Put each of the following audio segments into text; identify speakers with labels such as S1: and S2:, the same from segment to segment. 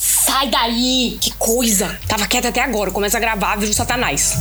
S1: Sai daí! Que coisa! Tava quieta até agora, começa a gravar, vejo o Satanás.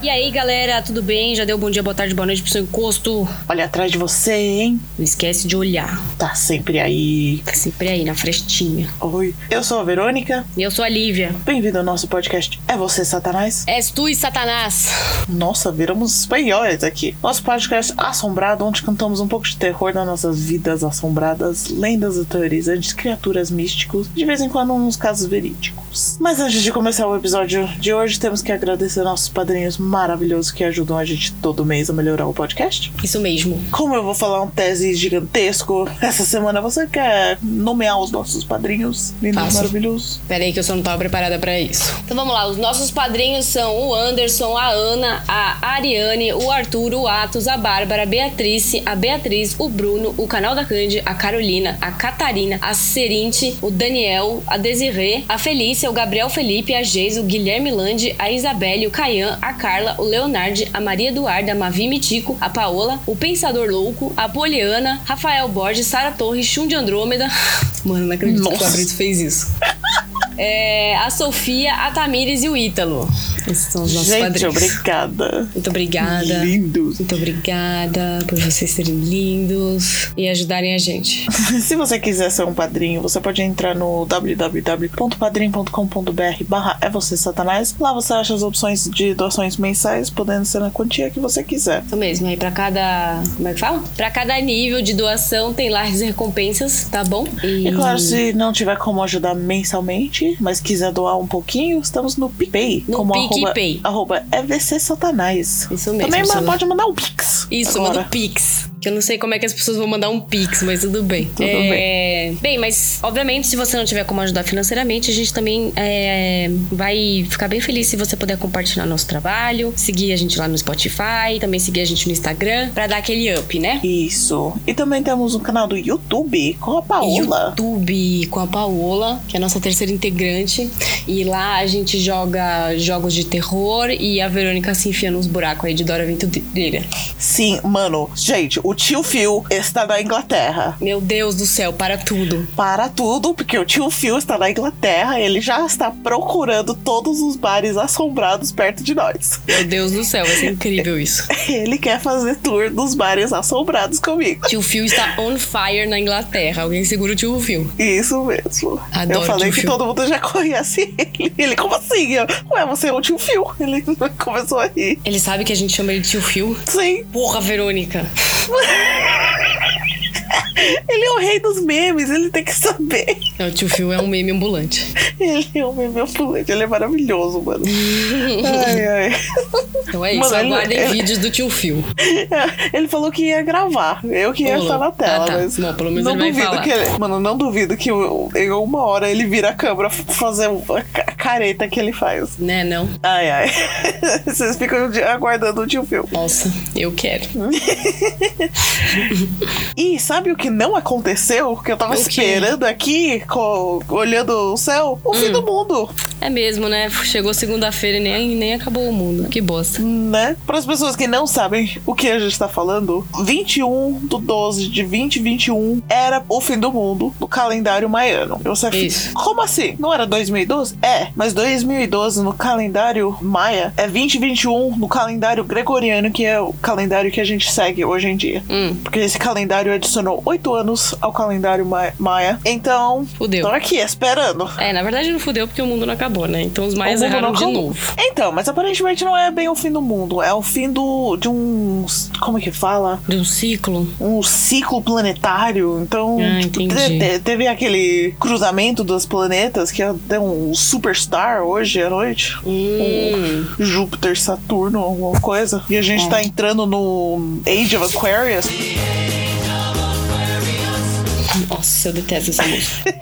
S1: E aí, galera, tudo bem? Já deu bom dia, boa tarde, boa noite pro seu encosto?
S2: Olha atrás de você, hein?
S1: Não esquece de olhar.
S2: Tá sempre aí.
S1: Fica sempre aí, na frestinha.
S2: Oi, eu sou a Verônica.
S1: E eu sou a Lívia.
S2: Bem-vindo ao nosso podcast. É você, Satanás?
S1: És tu e Satanás.
S2: Nossa, viramos espanhóis aqui. Nosso podcast assombrado, onde cantamos um pouco de terror das nossas vidas assombradas, lendas aterrorizantes, criaturas místicas, de vez em quando uns casos verídicos. Mas antes de começar o episódio de hoje, temos que agradecer nossos padrinhos maravilhosos que ajudam a gente todo mês a melhorar o podcast.
S1: Isso mesmo.
S2: Como eu vou falar um tese gigantesco essa semana, você quer nomear os nossos padrinhos? Lindos,
S1: Faço.
S2: maravilhosos.
S1: Pera aí que eu só não tava preparada pra isso. Então vamos lá, os nossos padrinhos são o Anderson, a Ana, a Ariane, o Arthur, o Atos, a Bárbara, a Beatrice, a Beatriz, o Bruno, o Canal da Cande, a Carolina, a Catarina, a Serinte, o Daniel, a Desirê, a Felícia, o Gabriel Felipe, a Geis, o Guilherme Landi, a Isabelle, o Caian, a Carla, o Leonardo, a Maria Eduarda, a Mavi Mitico, a Paola, o Pensador Louco, a Poliana, Rafael Borges, Sara Torres, Chum de Andrômeda. Mano, não acredito que o
S2: Nossa.
S1: Fabrício fez isso. É, a Sofia, a Tamires e o Ítalo. Esses são os nossos
S2: Gente,
S1: padrinhos.
S2: obrigada.
S1: Muito obrigada.
S2: Lindos.
S1: Muito obrigada por vocês serem lindos e ajudarem a gente.
S2: Se você quiser ser um padrinho, você pode entrar no www.padrim.com.br barra é você satanás. Lá você acha as opções de doações mensais, podendo ser na quantia que você quiser.
S1: Isso mesmo, aí pra cada. Como é que fala? Pra cada nível de doação tem lá as recompensas, tá bom?
S2: E É claro, se não tiver como ajudar mensalmente, mas quiser doar um pouquinho, estamos no PicPay.
S1: No
S2: como
S1: PicPay.
S2: Arroba, arroba EVC Satanás.
S1: Isso mesmo,
S2: Também
S1: Satanás.
S2: pode mandar um Pix.
S1: Isso,
S2: agora.
S1: manda o Pix. Que eu não sei como é que as pessoas vão mandar um Pix, mas tudo bem.
S2: Tudo
S1: bem. Bem, mas obviamente, se você não tiver como ajudar financeiramente, a gente também é, vai ficar bem feliz se você puder compartilhar nosso trabalho, seguir a gente lá no Spotify, também seguir a gente no Instagram, pra dar aquele up, né?
S2: Isso. E também temos um canal do YouTube com a Paola.
S1: YouTube com a Paola, que é a nossa terceira integrante. E lá a gente joga jogos de terror e a Verônica se enfia nos buracos aí de Dora Ventureira.
S2: Sim, mano. Gente, o tio Phil está na Inglaterra.
S1: Meu Deus do céu, para tudo.
S2: para tudo, porque o tio Phil está na Inglaterra, ele já está procurando todos os bares assombrados perto de nós.
S1: Meu Deus do céu, vai ser incrível isso.
S2: Ele quer fazer tour dos bares assombrados comigo.
S1: Tio Phil está on fire na Inglaterra. Alguém segura o tio Phil.
S2: Isso mesmo.
S1: Adoro um
S2: eu falei
S1: tio
S2: que
S1: Phil.
S2: todo mundo já conhece ele. Ele, como assim? Eu, Ué, você é o tio Phil. Ele começou a rir.
S1: Ele sabe que a gente chama ele de tio Phil.
S2: Sim,
S1: Porra, Verônica.
S2: ele é o rei dos memes, ele tem que saber.
S1: Não, o tio Phil é um meme ambulante.
S2: Ele é o meme ambulante, ele é maravilhoso, mano. Ai, ai.
S1: Então é isso.
S2: Mano, ele-
S1: Aguardem
S2: ele-
S1: vídeos do tio Phil.
S2: É, Ele falou que ia gravar. Eu que ia
S1: Olá.
S2: estar na tela,
S1: Ah, tá.
S2: mas.
S1: Bom, pelo menos
S2: não
S1: ele vai
S2: duvido
S1: falar.
S2: que ele- Mano, não duvido que eu- em uma hora ele vira a câmera f- fazer um, a ca- careta que ele faz.
S1: Né, não?
S2: Ai, ai. Vocês ficam de- aguardando o tio Phil.
S1: Nossa, eu quero.
S2: E sabe o que não aconteceu? Que eu tava
S1: O quê?
S2: esperando aqui, co- olhando o céu? O
S1: Hum.
S2: fim do mundo,
S1: É mesmo, né? Chegou segunda-feira e nem, nem acabou o mundo. Que bosta.
S2: né? Para as pessoas que não sabem o que a gente tá falando, 21 do 12 de 2021 era o fim do mundo no calendário maiano. E Você fica,
S1: Isso.
S2: Como assim? Não era 2012? É, mas 2012 no calendário maia é 2021 no calendário gregoriano, que é o calendário que a gente segue hoje em dia.
S1: Hum.
S2: Porque esse calendário adicionou oito anos ao calendário ma- maia. Então,
S1: Fudeu.
S2: tô aqui esperando.
S1: É, na verdade não fudeu porque o mundo não acabou, né? Então os mais
S2: O mundo
S1: erraram
S2: não
S1: de
S2: acabou.
S1: novo.
S2: Então, mas aparentemente não é bem o fim do mundo. É o fim do, de um. Como é que fala?
S1: De um ciclo.
S2: Um ciclo planetário. Então.
S1: Ah,
S2: tipo,
S1: entendi.
S2: te- te- teve aquele cruzamento dos planetas que deu um superstar hoje à noite.
S1: Hum. É.
S2: Um Júpiter, Saturno, alguma coisa. E a gente tá entrando no Age of Aquarius.
S1: Nossa, eu detesto essa música.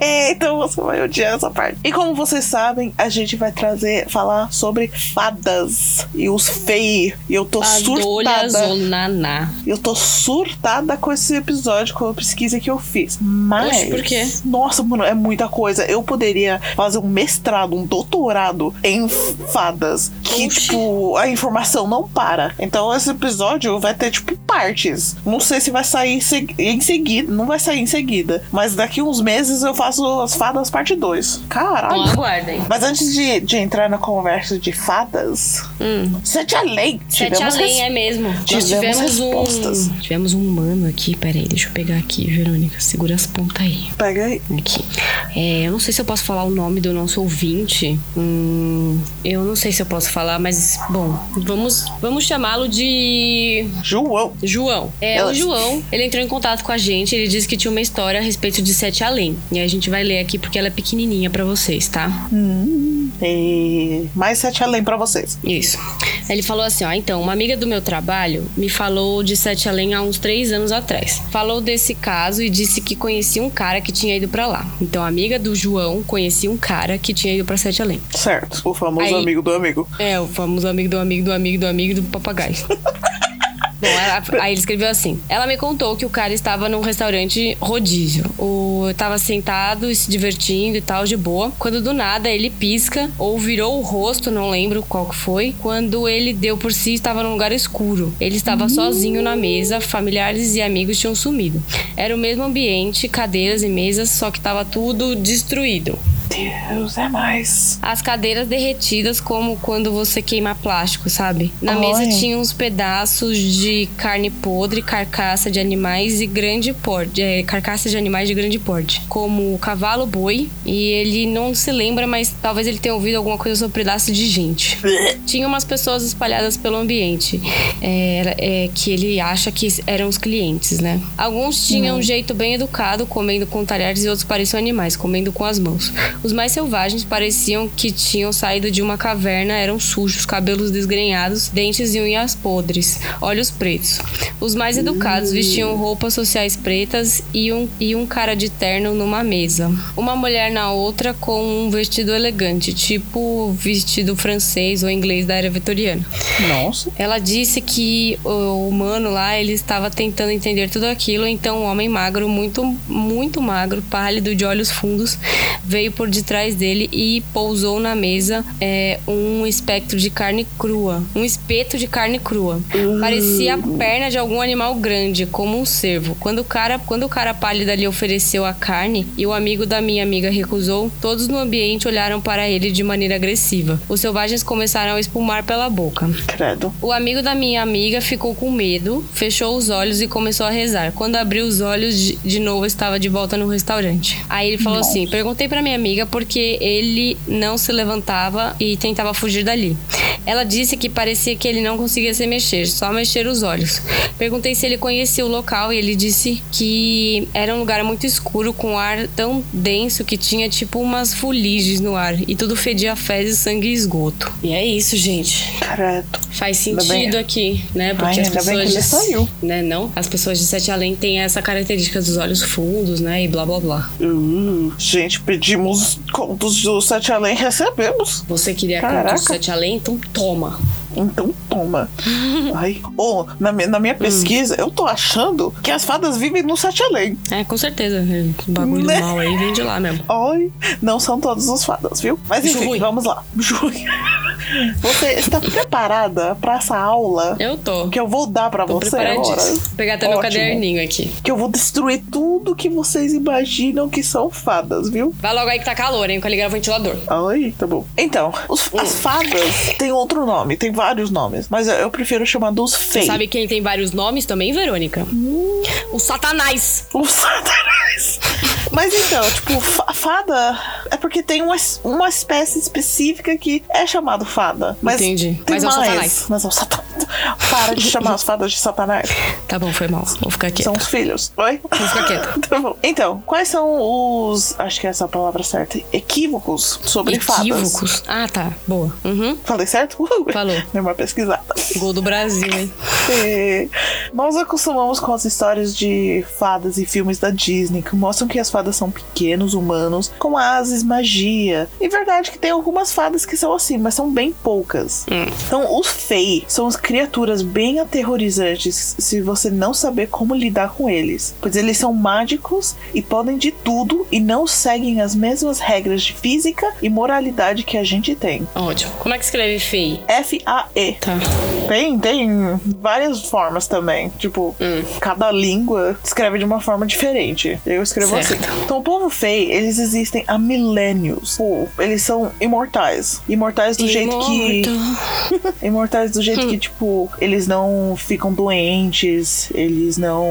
S2: então você vai odiar essa parte. E como vocês sabem, a gente vai trazer, falar sobre fadas e os fei. E eu tô
S1: Adolhas
S2: surtada.
S1: ou naná.
S2: Eu tô surtada com esse episódio, com a pesquisa que eu fiz. Mas.
S1: Oxe, por quê?
S2: Nossa, mano, é muita coisa. Eu poderia fazer um mestrado, um doutorado em fadas. Que,
S1: Oxe.
S2: tipo, a informação não para. Então esse episódio vai ter, tipo, partes. Não sei se vai sair em segu- em seguida. Não vai sair em seguida. Mas daqui uns meses eu faço as fadas parte 2. Caralho.
S1: Então aguardem.
S2: Mas antes de, de entrar na conversa de fadas,
S1: Hum.
S2: sete além.
S1: Sete
S2: tivemos
S1: além,
S2: res-
S1: é mesmo. Nós
S2: tivemos
S1: tivemos
S2: respostas.
S1: um. Tivemos um humano aqui. Peraí, deixa eu pegar aqui, Verônica. Segura as pontas aí.
S2: Pega aí.
S1: aqui. É, eu não sei se eu posso falar o nome do nosso ouvinte. Hum, eu não sei se eu posso falar, mas bom, vamos, vamos chamá-lo de
S2: João.
S1: João. É,
S2: Ela-
S1: o João, ele entrou em contato com a gente, ele disse que tinha uma história a respeito de Sete Além. E aí a gente vai ler aqui porque ela é pequenininha pra vocês, tá?
S2: Hum, e mais sete além pra vocês.
S1: Isso. Ele falou assim, ó, então, uma amiga do meu trabalho me falou de Sete Além há uns três anos atrás. Falou desse caso e disse que conhecia um cara que tinha ido pra lá. Então, a amiga do João conhecia um cara que tinha ido pra Sete Além.
S2: Certo. O famoso
S1: Aí.
S2: amigo do amigo.
S1: É, o famoso amigo do amigo do amigo do amigo do papagaio. Bom, ela- aí ele escreveu assim. Ela me contou que o cara estava num restaurante rodízio. O, estava sentado e se divertindo e tal, de boa. Quando do nada ele pisca ou virou o rosto, não lembro qual que foi. Quando ele deu por si, estava num lugar escuro. Ele estava sozinho na mesa, familiares e amigos tinham sumido. Era o mesmo ambiente, cadeiras e mesas, só que estava tudo destruído.
S2: Deus é mais.
S1: As cadeiras derretidas, como quando você queima plástico, sabe? Na
S2: Olha.
S1: mesa tinha uns pedaços de carne podre, carcaça de animais e grande porte. É, carcaça de animais de grande porte. Como cavalo, boi. E ele não se lembra, mas talvez ele tenha ouvido alguma coisa sobre pedaço de gente. Tinha umas pessoas espalhadas pelo ambiente, é, era- é, que ele acha que eram os clientes, né? Alguns tinham um jeito bem educado, comendo com talheres, e outros pareciam animais, comendo com as mãos. Os mais selvagens pareciam que tinham saído de uma caverna, eram sujos, cabelos desgrenhados, dentes e unhas podres, olhos pretos. Os mais educados vestiam roupas sociais pretas e um, e um cara de terno numa mesa. Uma mulher na outra com um vestido elegante, tipo vestido francês ou inglês da era vitoriana.
S2: Nossa.
S1: Ela disse que o humano lá, ele estava tentando entender tudo aquilo, então um homem magro, muito, muito magro, pálido, de olhos fundos, veio por detrás dele e pousou na mesa é, um espectro de carne crua, um espeto de carne crua. Parecia a perna de algum animal grande, como um cervo. Quando o cara, quando o cara pálido ali ofereceu a carne e o amigo da minha amiga recusou, todos no ambiente olharam para ele de maneira agressiva. Os selvagens começaram a espumar pela boca.
S2: Credo.
S1: O amigo da minha amiga ficou com medo, fechou os olhos e começou a rezar. Quando abriu os olhos, de- de novo estava de volta no restaurante. Aí ele falou assim: perguntei pra minha amiga porque ele não se levantava e tentava fugir dali. Ela disse que parecia que ele não conseguia se mexer, só mexer os olhos. Perguntei se ele conhecia o local e ele disse que era um lugar muito escuro, com ar tão denso que tinha tipo umas fuligens no ar e tudo fedia a fezes, sangue e esgoto. E é isso, gente.
S2: Credo.
S1: Faz
S2: Ainda bem-
S1: sentido aqui, né? Porque
S2: Ai,
S1: as
S2: ainda bem que
S1: pessoas. de-
S2: ele saiu.
S1: Né, não? As pessoas de Sete Além têm essa característica dos olhos fundos, né? E blá blá blá.
S2: Uh, gente, pedimos contos do sete além recebemos.
S1: Você queria
S2: Caraca.
S1: cantar Sete Além? Então toma.
S2: Então toma. Ai. Oh, na, mi- na
S1: Hum.
S2: minha pesquisa, eu tô achando que as fadas vivem no sete além.
S1: É, com certeza. O bagulho
S2: Né?
S1: do mal aí vem de lá mesmo.
S2: Oi, não são todas as fadas, viu? Mas enfim,
S1: Jui.
S2: vamos lá. Jui. Você está preparada para essa aula
S1: Eu tô.
S2: que eu vou dar para
S1: Tô
S2: você é agora?
S1: preparadíssima. Vou pegar até meu
S2: Ótimo.
S1: caderninho aqui.
S2: Que eu vou destruir tudo que vocês imaginam que são fadas, viu?
S1: Vai logo aí que tá calor, hein? Que eu ligar o ventilador.
S2: Ai, tá bom. Então, os-
S1: Hum.
S2: as fadas têm outro nome, tem vários nomes, mas eu, eu prefiro chamar dos fei.
S1: Sabe quem
S2: Hum.
S1: tem vários nomes também, Verônica? O Satanás.
S2: Os satanás. Mas então, tipo, fa- fada é porque tem uma, es- uma espécie específica que é chamado fada. Mas
S1: Entendi.
S2: Tem
S1: Mas é um
S2: mais.
S1: satanás.
S2: Mas é um satanás. Para de chamar as fadas de satanás.
S1: Tá bom, foi mal. Vou ficar quieta.
S2: São os filhos. Oi?
S1: Vou ficar quieta.
S2: Tá bom. Então, quais são os. Acho que essa é a palavra certa. Equívocos sobre fadas.
S1: Equívocos. Ah, tá. Boa. Uhum.
S2: Falei certo? Uh,
S1: Falou.
S2: Dei uma pesquisada.
S1: Gol do Brasil, hein?
S2: É, Nós acostumamos com as histórias de fadas e filmes da Disney que mostram que as fadas são pequenos humanos com asas, magia. E verdade que tem algumas fadas que são assim, mas são bem poucas. Então, os Fey são as criaturas bem aterrorizantes se você não saber como lidar com eles, pois eles são mágicos e podem de tudo e não seguem as mesmas regras de física e moralidade que a gente tem.
S1: Ótimo. Como é que escreve feio?
S2: F-A-E.
S1: Tá.
S2: Tem, tem várias formas também. Tipo,
S1: Hum.
S2: cada língua escreve de uma forma diferente. Eu escrevo
S1: Certo.
S2: assim. Então, o povo feio, eles existem há milênios. Pô, eles são imortais. Imortais do jeito que.
S1: Imortal. Hum.
S2: Imortais do jeito que, tipo, eles não ficam doentes, eles não.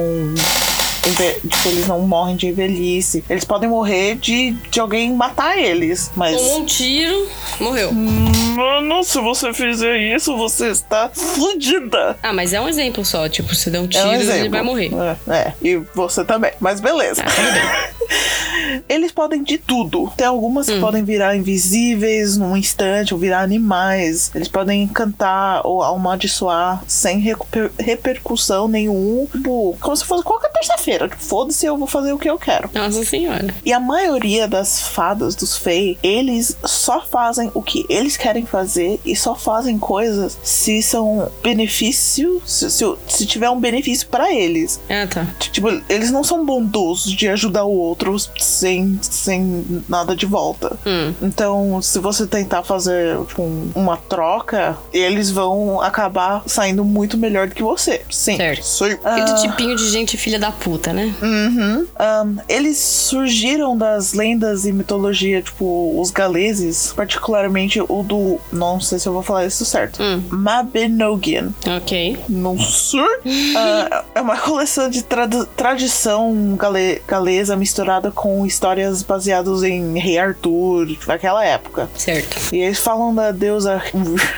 S2: enve- Tipo, eles não morrem de velhice. Eles podem morrer de, de alguém matar eles, mas.
S1: Tomou um tiro, morreu.
S2: Mano, se você fizer isso, você está fudida.
S1: Ah, mas é um exemplo só. Tipo, você dá um
S2: É
S1: tiro,
S2: um exemplo.
S1: ele vai morrer. Ah,
S2: É, é, e você também. Mas beleza. Eles podem de tudo. Tem algumas
S1: Hum.
S2: que podem virar invisíveis num instante, ou virar animais. Eles podem encantar ou amaldiçoar sem recuper- repercussão nenhuma. Tipo, como se fosse qualquer terça-feira. Tipo, Foda-se, eu vou fazer o que eu quero.
S1: Nossa senhora.
S2: E a maioria das fadas, dos fei, eles só fazem o que eles querem fazer e só fazem coisas se são benefício, se, se, se tiver um benefício pra eles.
S1: Ah, tá.
S2: Tipo, eles não são bondosos de ajudar o outro sem, sem nada de volta.
S1: Hum.
S2: Então, se você tentar fazer tipo, um- uma troca, eles vão acabar saindo muito melhor do que você. Sim.
S1: Certo.
S2: Sim.
S1: Aquele
S2: Ah.
S1: tipinho de gente filha da puta, né?
S2: Uhum. Ahn, eles surgiram das lendas e mitologia, tipo, os galeses, particularmente o do. Não sei se eu vou falar isso certo.
S1: Hum.
S2: Mabinogion.
S1: Ok.
S2: Não sur. Ah, é uma coleção de tradu- tradição gale- galesa misturada com histórias baseadas em Rei Arthur, daquela época.
S1: Certo.
S2: E eles falam da deusa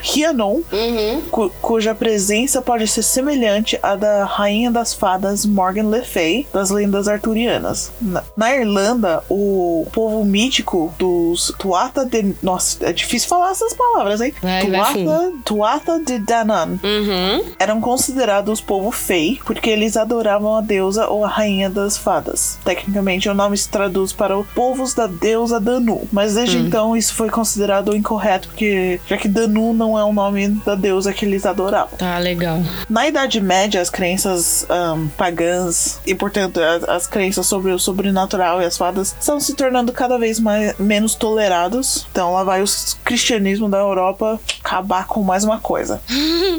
S2: Rhiannon,
S1: Uhum.
S2: cu- cuja presença pode ser semelhante à da rainha das fadas Morgan Le Fay das lendas arturianas. Na, na Irlanda, o povo mítico dos Tuatha de... Nossa, é difícil falar essas palavras, hein?
S1: Vai, vai
S2: Tuatha, Tuatha de Danann
S1: Uhum.
S2: eram considerados povo fei porque eles adoravam a deusa ou a rainha das fadas. Tecnicamente, o nome se traduz para o povos da deusa Danu, mas desde então isso foi considerado incorreto porque já que Danu não é o nome da deusa que eles adoravam.
S1: Tá legal.
S2: Na Idade Média, as crenças ahn, pagãs e, portanto, as, as crenças sobre o sobrenatural e as fadas estão se tornando cada vez mais, menos tolerados. Então, lá vai o s- cristianismo da Europa acabar com mais uma coisa.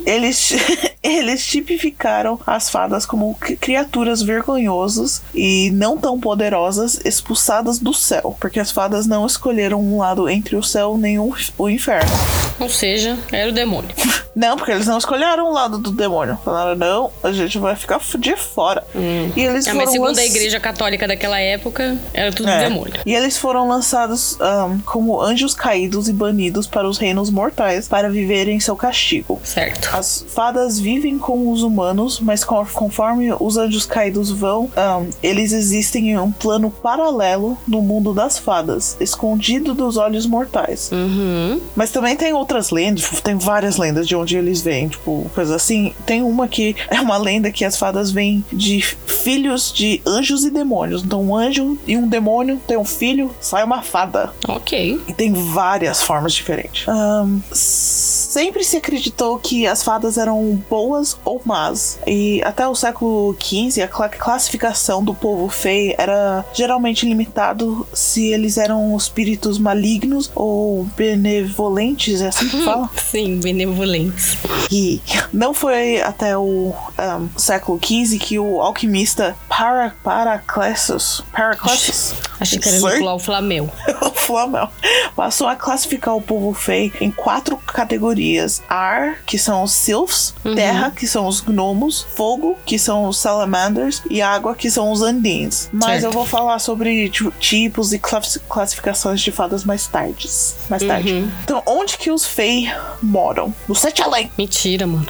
S2: Eles, eles tipificaram as fadas como cri- criaturas vergonhosas e não tão poderosas expulsadas do céu, porque as fadas não escolheram um lado entre o céu nem o, o inferno.
S1: Ou seja, era o demônio.
S2: Não, porque eles não escolheram o lado do demônio. Falaram, não, a gente vai ficar f- de fora. E eles
S1: Ah,
S2: foram
S1: mas segundo a
S2: lanç-
S1: igreja católica daquela época, era tudo
S2: É.
S1: demônio.
S2: E eles foram lançados ahn, como anjos caídos e banidos para os reinos mortais para viverem seu castigo.
S1: Certo.
S2: As fadas vivem como os humanos, mas co- conforme os anjos caídos vão, ahn, eles existem em um plano paralelo no mundo das fadas, escondido dos olhos mortais.
S1: Uhum.
S2: Mas também tem outras lendas, tipo, tem várias lendas de onde eles vêm, tipo, coisa assim. Tem uma que é uma lenda que as fadas vêm de filhos de anjos e demônios. Então, um anjo e um demônio tem um filho, sai uma fada.
S1: Ok.
S2: E tem várias formas diferentes. Ahn, sempre se acreditou que as fadas eram boas ou más. E até o século XV, a cla- classificação do povo fei era geralmente limitado se eles eram espíritos malignos ou benevolentes, é assim que fala?
S1: Sim, benevolência.
S2: E não foi até o ahn, século XV que o alquimista para, Paraclesus... Paraclesus?
S1: Achei que era
S2: Sei.
S1: vincular o Flamel.
S2: o Flamel. passou a classificar o povo Fey em quatro categorias: ar, que são os sylphs, terra, que são os gnomos, fogo, que são os salamanders, e água, que são os andins. Mas
S1: Certo.
S2: eu vou falar sobre ti- tipos e clas- classificações de fadas mais tarde. Mais tarde. Então, onde que os Fey moram? No Sete Além.
S1: Mentira, mano.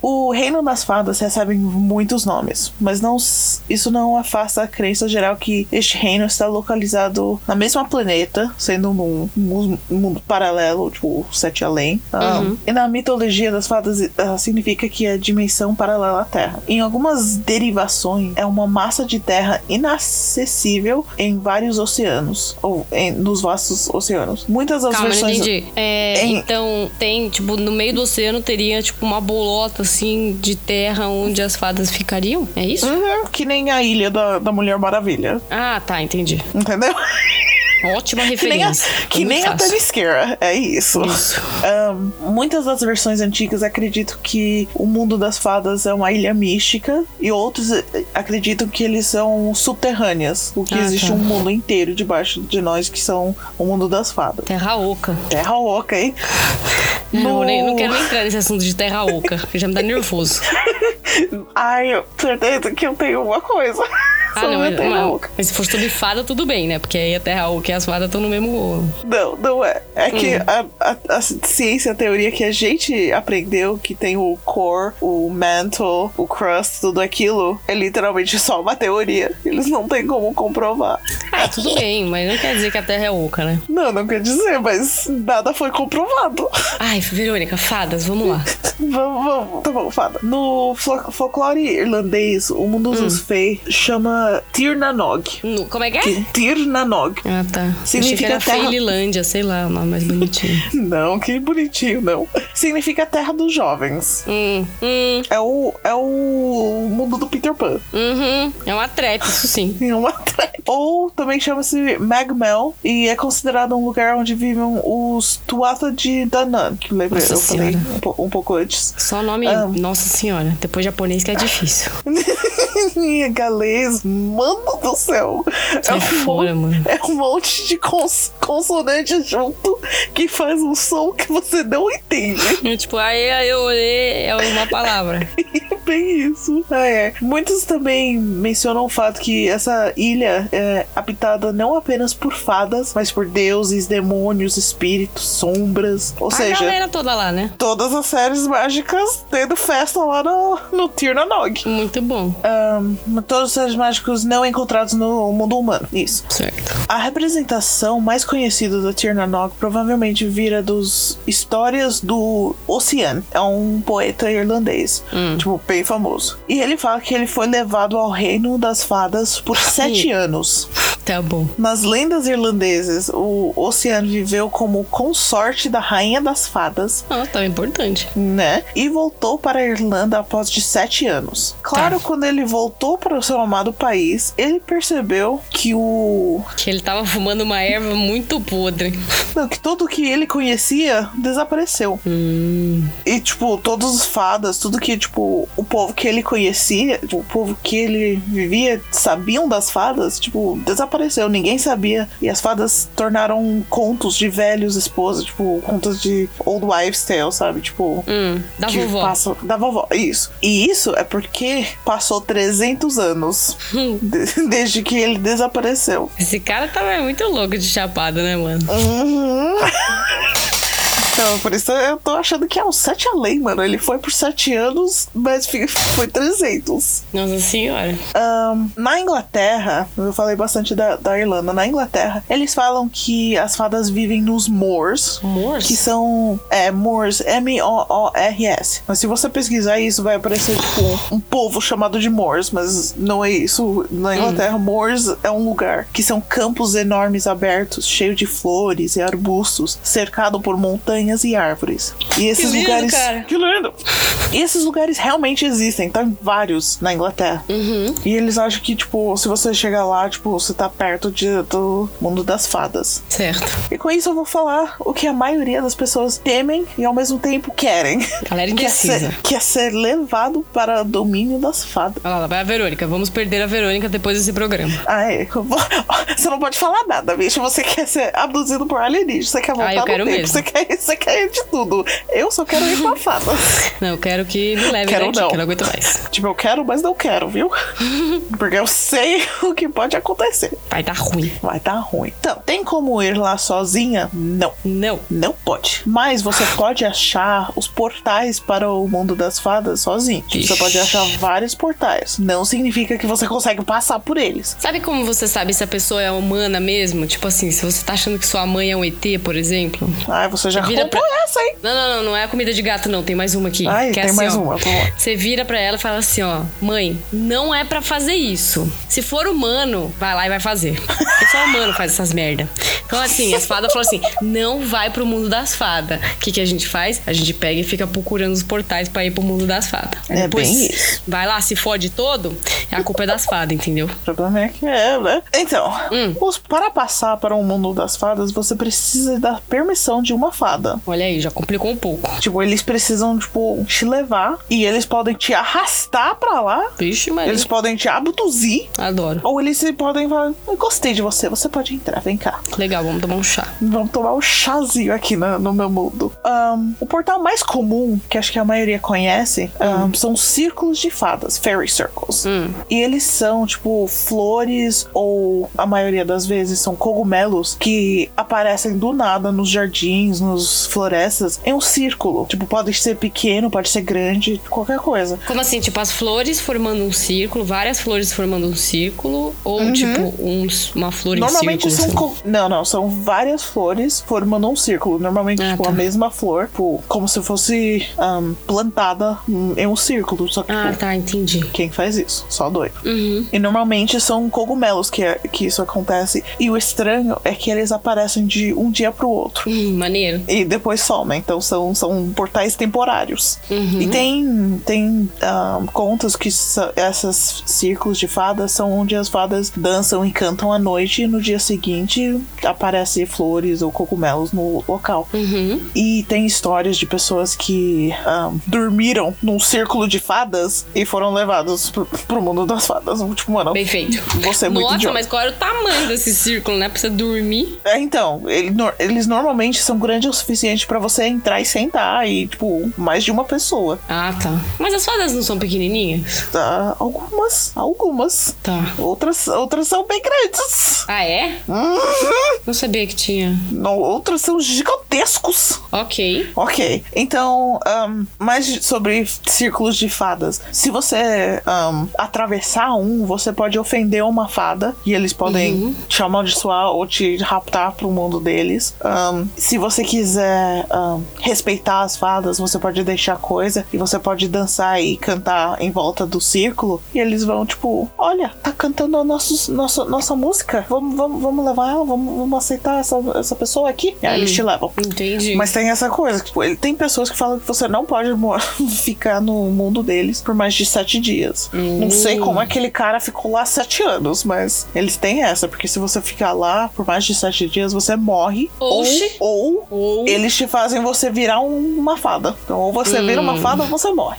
S2: O Reino das Fadas recebe muitos nomes, mas não s- isso não afasta a crença geral que este reino está localizado na mesma planeta, sendo um, mu- mundo paralelo, tipo o Sete Além. Ah,
S1: Uhum.
S2: E na mitologia das fadas ah, significa que é a dimensão paralela à Terra. Em algumas derivações, é uma massa de terra inacessível em vários oceanos, ou em- nos vastos oceanos. Muitas das
S1: Calma, não
S2: versões
S1: entendi. É,
S2: Em-
S1: Então, tem, tipo, no meio do oceano teria, tipo, uma bolota, assim, de terra onde as fadas ficariam? É isso?
S2: Uhum, que nem a ilha da, da Mulher Maravilha,
S1: Ah, tá, entendi.
S2: entendeu?
S1: Ótima
S2: que nem a,
S1: referência. Foi
S2: que
S1: muito
S2: nem a
S1: fácil.
S2: Temisqueira. É isso.
S1: Isso.
S2: Ahn, muitas das versões antigas acreditam que o mundo das fadas é uma ilha mística e outros eh, acreditam que eles são subterrâneas, o que
S1: Ah,
S2: existe
S1: tá.
S2: um mundo inteiro debaixo de nós que são o mundo das fadas.
S1: Terra oca.
S2: Terra oca, hein?
S1: Não,
S2: No-
S1: nem- não quero nem entrar nesse assunto de terra oca. que Já me dá nervoso.
S2: Ai, eu certeza que eu tenho uma coisa.
S1: Ah,
S2: sobre
S1: não, mas,
S2: terra
S1: mas-
S2: oca.
S1: mas se for sobre fada, tudo bem, né? Porque aí a terra oca e as fadas estão no mesmo.
S2: Não, não é. É que a, a- a ciência, a teoria que a gente aprendeu, que tem o core, o mantle, o crust, tudo aquilo, é literalmente só uma teoria. Eles não têm como comprovar.
S1: Ah, tudo bem, mas não quer dizer que a terra é oca, né?
S2: Não, não quer dizer, mas nada foi comprovado.
S1: Ai, Verônica, fadas, vamos lá.
S2: vamos, vamos. Tá bom, fada. No fol- folclore irlandês, o mundo dos fei chama Tirnanog.
S1: No- como é que é?
S2: Que Tirnanog.
S1: Ah, tá. Achei que
S2: Significa
S1: era
S2: terra-
S1: Feililândia, sei lá, o nome mais bonitinho.
S2: Não, que bonitinho, não. Significa terra dos jovens.
S1: hum, hum,
S2: É o, é o mundo do Peter Pan.
S1: uhum. É uma trap, isso sim.
S2: Em uma trap. Ou também chama-se Magmel e é considerado um lugar onde vivem os Tuatha de Danann, que lembra
S1: Nossa
S2: eu falei
S1: Senhora.
S2: um, po- um pouco antes.
S1: Só nome,
S2: Amo.
S1: nossa senhora. Depois japonês que é difícil.
S2: Galês, mano do céu. É
S1: Sai fora,
S2: mon-
S1: mano.
S2: é um monte de cons consonante junto que faz um som que você não entende.
S1: É tipo, aí aí, eu olhei, é uma palavra.
S2: É bem isso. Ah, é. Muitos também mencionam o fato que essa ilha é habitada não apenas por fadas, mas por deuses, demônios, espíritos, sombras. Ou
S1: a
S2: seja,
S1: galera toda lá, né?
S2: todas as séries mágicas tendo festa lá no, no Tirnanog.
S1: Muito bom.
S2: Ahn, todos os seres mágicos não encontrados no mundo humano. Isso.
S1: Certo.
S2: A representação mais conhecida da Tirnanog provavelmente vira dos Histórias do Oceano. É um poeta irlandês, tipo, bem famoso. E ele fala que ele foi levado ao reino das fadas por sete anos.
S1: Tá bom.
S2: Nas lendas irlandesas, o Oceano viveu como consorte da Rainha das Fadas,
S1: Ah, tá importante.
S2: né? E voltou para a Irlanda após de sete anos. Claro, quando ele voltou para o seu amado país, ele percebeu que o
S1: Que ele tava fumando uma erva muito podre.
S2: Não, que tudo que ele conhecia desapareceu.
S1: Hum,
S2: E, tipo, todos os fadas, tudo que, tipo, o povo que ele conhecia, tipo, o povo que ele vivia, sabiam das fadas, tipo, desapareceu. Ninguém sabia. E as fadas tornaram contos de velhos esposas, tipo, contos de old wives tale, sabe? Tipo.
S1: hum. Da
S2: que
S1: vovó.
S2: Passam, da vovó, isso. E isso é porque passou 300 anos
S1: Hum.
S2: de- desde que ele desapareceu.
S1: Esse cara tava muito louco de chapado, né, mano?
S2: Uhum. Então, por isso eu tô achando que é um 7 além, mano. Ele foi por 7 anos, mas fi- foi 300.
S1: Nossa senhora.
S2: Ahn, na Inglaterra, eu falei bastante da, da Irlanda. Na Inglaterra, eles falam que as fadas vivem nos moors.
S1: Moors?
S2: Que são. É, moors, M-O-O-R-S. Mas se você pesquisar isso, vai aparecer, tipo, um povo chamado de moors, mas não é isso.
S1: Hum.
S2: Na Inglaterra, moors é um lugar que são campos enormes abertos, cheios de flores e arbustos, cercado por montanhas montanhas e árvores. E esses
S1: lindo,
S2: lugares.
S1: cara.
S2: Que lindo! E esses lugares realmente existem, tá em vários na Inglaterra.
S1: Uhum.
S2: E eles acham que, tipo, se você chegar lá, tipo, você tá perto de- do mundo das fadas.
S1: Certo.
S2: E com isso eu vou falar o que a maioria das pessoas temem e ao mesmo tempo querem.
S1: Galera
S2: Que é,
S1: indecisa.
S2: ser, que é ser levado para o domínio das fadas.
S1: Olha lá, lá vai a Verônica. Vamos perder a Verônica depois desse programa.
S2: Ah, é. Eu vou- Você não pode falar nada, bicho. Você quer ser abduzido por alienígena. Você quer voltar
S1: Ah, eu quero
S2: no tempo.
S1: mesmo.
S2: Você quer, você quer ir de tudo. Eu só quero ir pra fada.
S1: Não, eu quero que me leve
S2: Quero
S1: daqui,
S2: não.
S1: que eu não aguento mais.
S2: tipo, eu quero, mas não quero, viu? Porque eu sei o que pode acontecer.
S1: Vai dar ruim.
S2: Vai dar ruim. Então, tem como ir lá sozinha? Não.
S1: Não.
S2: Não pode. Mas você
S1: Ah.
S2: pode achar os portais para o mundo das fadas sozinho. Tipo, você
S1: Ixi.
S2: pode achar vários portais. Não significa que você consegue passar por eles.
S1: Sabe como você sabe se a pessoa é humana mesmo? Tipo assim, se você tá achando que sua mãe é um ET, por exemplo.
S2: Ai, Ah, você já
S1: Vira
S2: comprou essa, hein?
S1: Não, não, não, não é a comida de gato, não. Tem mais uma aqui.
S2: Ai,
S1: que é
S2: tem
S1: assim,
S2: mais
S1: ó.
S2: uma, por favor.
S1: Você vira pra ela e fala assim, ó. Mãe, não é pra fazer isso. Se for humano, vai lá e vai fazer. Porque só humano faz essas merda. Então, assim, as fadas falam assim, não vai pro mundo das fadas. O que, que a gente faz? A gente pega e fica procurando os portais pra ir pro mundo das fadas. Aí
S2: É
S1: depois,
S2: bem isso.
S1: Vai lá, se fode todo, a culpa é das fadas, entendeu?
S2: O problema é que é, né? Então,
S1: Hum.
S2: os- para passar para o mundo das fadas, você precisa da permissão de uma fada.
S1: Olha aí, já complicou um pouco.
S2: Tipo, eles precisam, tipo, te levar e eles podem te arrastar pra lá.
S1: Vixe, Maria.
S2: Eles podem te abduzir.
S1: Adoro.
S2: Ou eles se podem falar, eu gostei de você, você pode entrar, vem cá.
S1: Legal, vamos tomar um chá.
S2: Vamos tomar um chazinho aqui na- no meu mundo. Ahn, o portal mais comum, que acho que a maioria conhece, ahn, são os círculos de fadas, fairy circles. E eles são, tipo, flores ou, a maioria das vezes, são cogumelos que aparecem do nada nos jardins, nos florestas, em um círculo. Tipo, pode ser pequeno, pode ser grande, qualquer coisa.
S1: Como assim? Tipo, as flores formando um círculo, várias flores formando um círculo, ou tipo, uns, uma flor em
S2: Uhum. Normalmente
S1: círculo?
S2: são.
S1: assim?
S2: co- Não, não. São várias flores formando um círculo. Normalmente,
S1: Ah,
S2: tipo,
S1: tá.
S2: a mesma flor, tipo, como se fosse ahn, plantada hum, em um círculo. Só que,
S1: Ah,
S2: tipo,
S1: tá, Uhum. entendi.
S2: quem faz isso? Só doido. E normalmente são cogumelos que, é- que isso acontece. E o estranho é que eles aparecem de um dia pro outro.
S1: Hum, maneiro.
S2: E depois somem, então são, são portais temporários. E
S1: Uhum.
S2: tem, tem ah, contas que sa- essas círculos de fadas são onde as fadas dançam e cantam à noite, e no dia seguinte aparecem flores ou cogumelos no local.
S1: Uhum.
S2: E tem histórias de pessoas que ah, dormiram num círculo de fadas e foram levados pro, pro mundo das fadas. Tipo, mano,
S1: Bem feito.
S2: você é muito
S1: Nossa,
S2: idiota.
S1: mas qual era o tamanho desse círculo, né? Pra você dormir.
S2: É, então, ele nor- eles normalmente são grandes o suficiente pra você entrar e sentar e, tipo, mais de uma pessoa.
S1: Ah, tá. Mas as fadas não são pequenininhas?
S2: Tá? Algumas, algumas.
S1: Tá.
S2: Outras, outras são bem grandes.
S1: Ah, é?
S2: Uhum.
S1: Não sabia que tinha.
S2: Não, outras são gigantescos.
S1: Ok.
S2: Ok, então, ahn, mais de- sobre círculos de fadas. Se você ahn, atravessar um, você pode ofender uma fada e eles podem te amaldiçoar ou te raptar pro mundo deles. Ahn, se você quiser ahn, respeitar as fadas, você pode deixar coisa e você pode dançar e cantar em volta do círculo. E eles vão, tipo, olha, tá cantando a nossos, nossa, nossa música. Vamos, vamos, vamos levar ela, vamos, vamos aceitar essa, essa pessoa aqui. E aí eles te levam.
S1: Entendi.
S2: Mas tem essa coisa, tipo, ele tem pessoas que falam que você não pode mo- ficar no mundo deles por mais de sete dias. Não sei
S1: Hum.
S2: como aquele cara ficou lá sete anos, mas eles têm essa, porque se você ficar lá por mais de sete dias, você morre. Ou,
S1: Oxi.
S2: ou,
S1: Ou-
S2: eles te fazem você virar um- uma fada. Então, ou você vira
S1: Hum.
S2: uma fada ou você morre.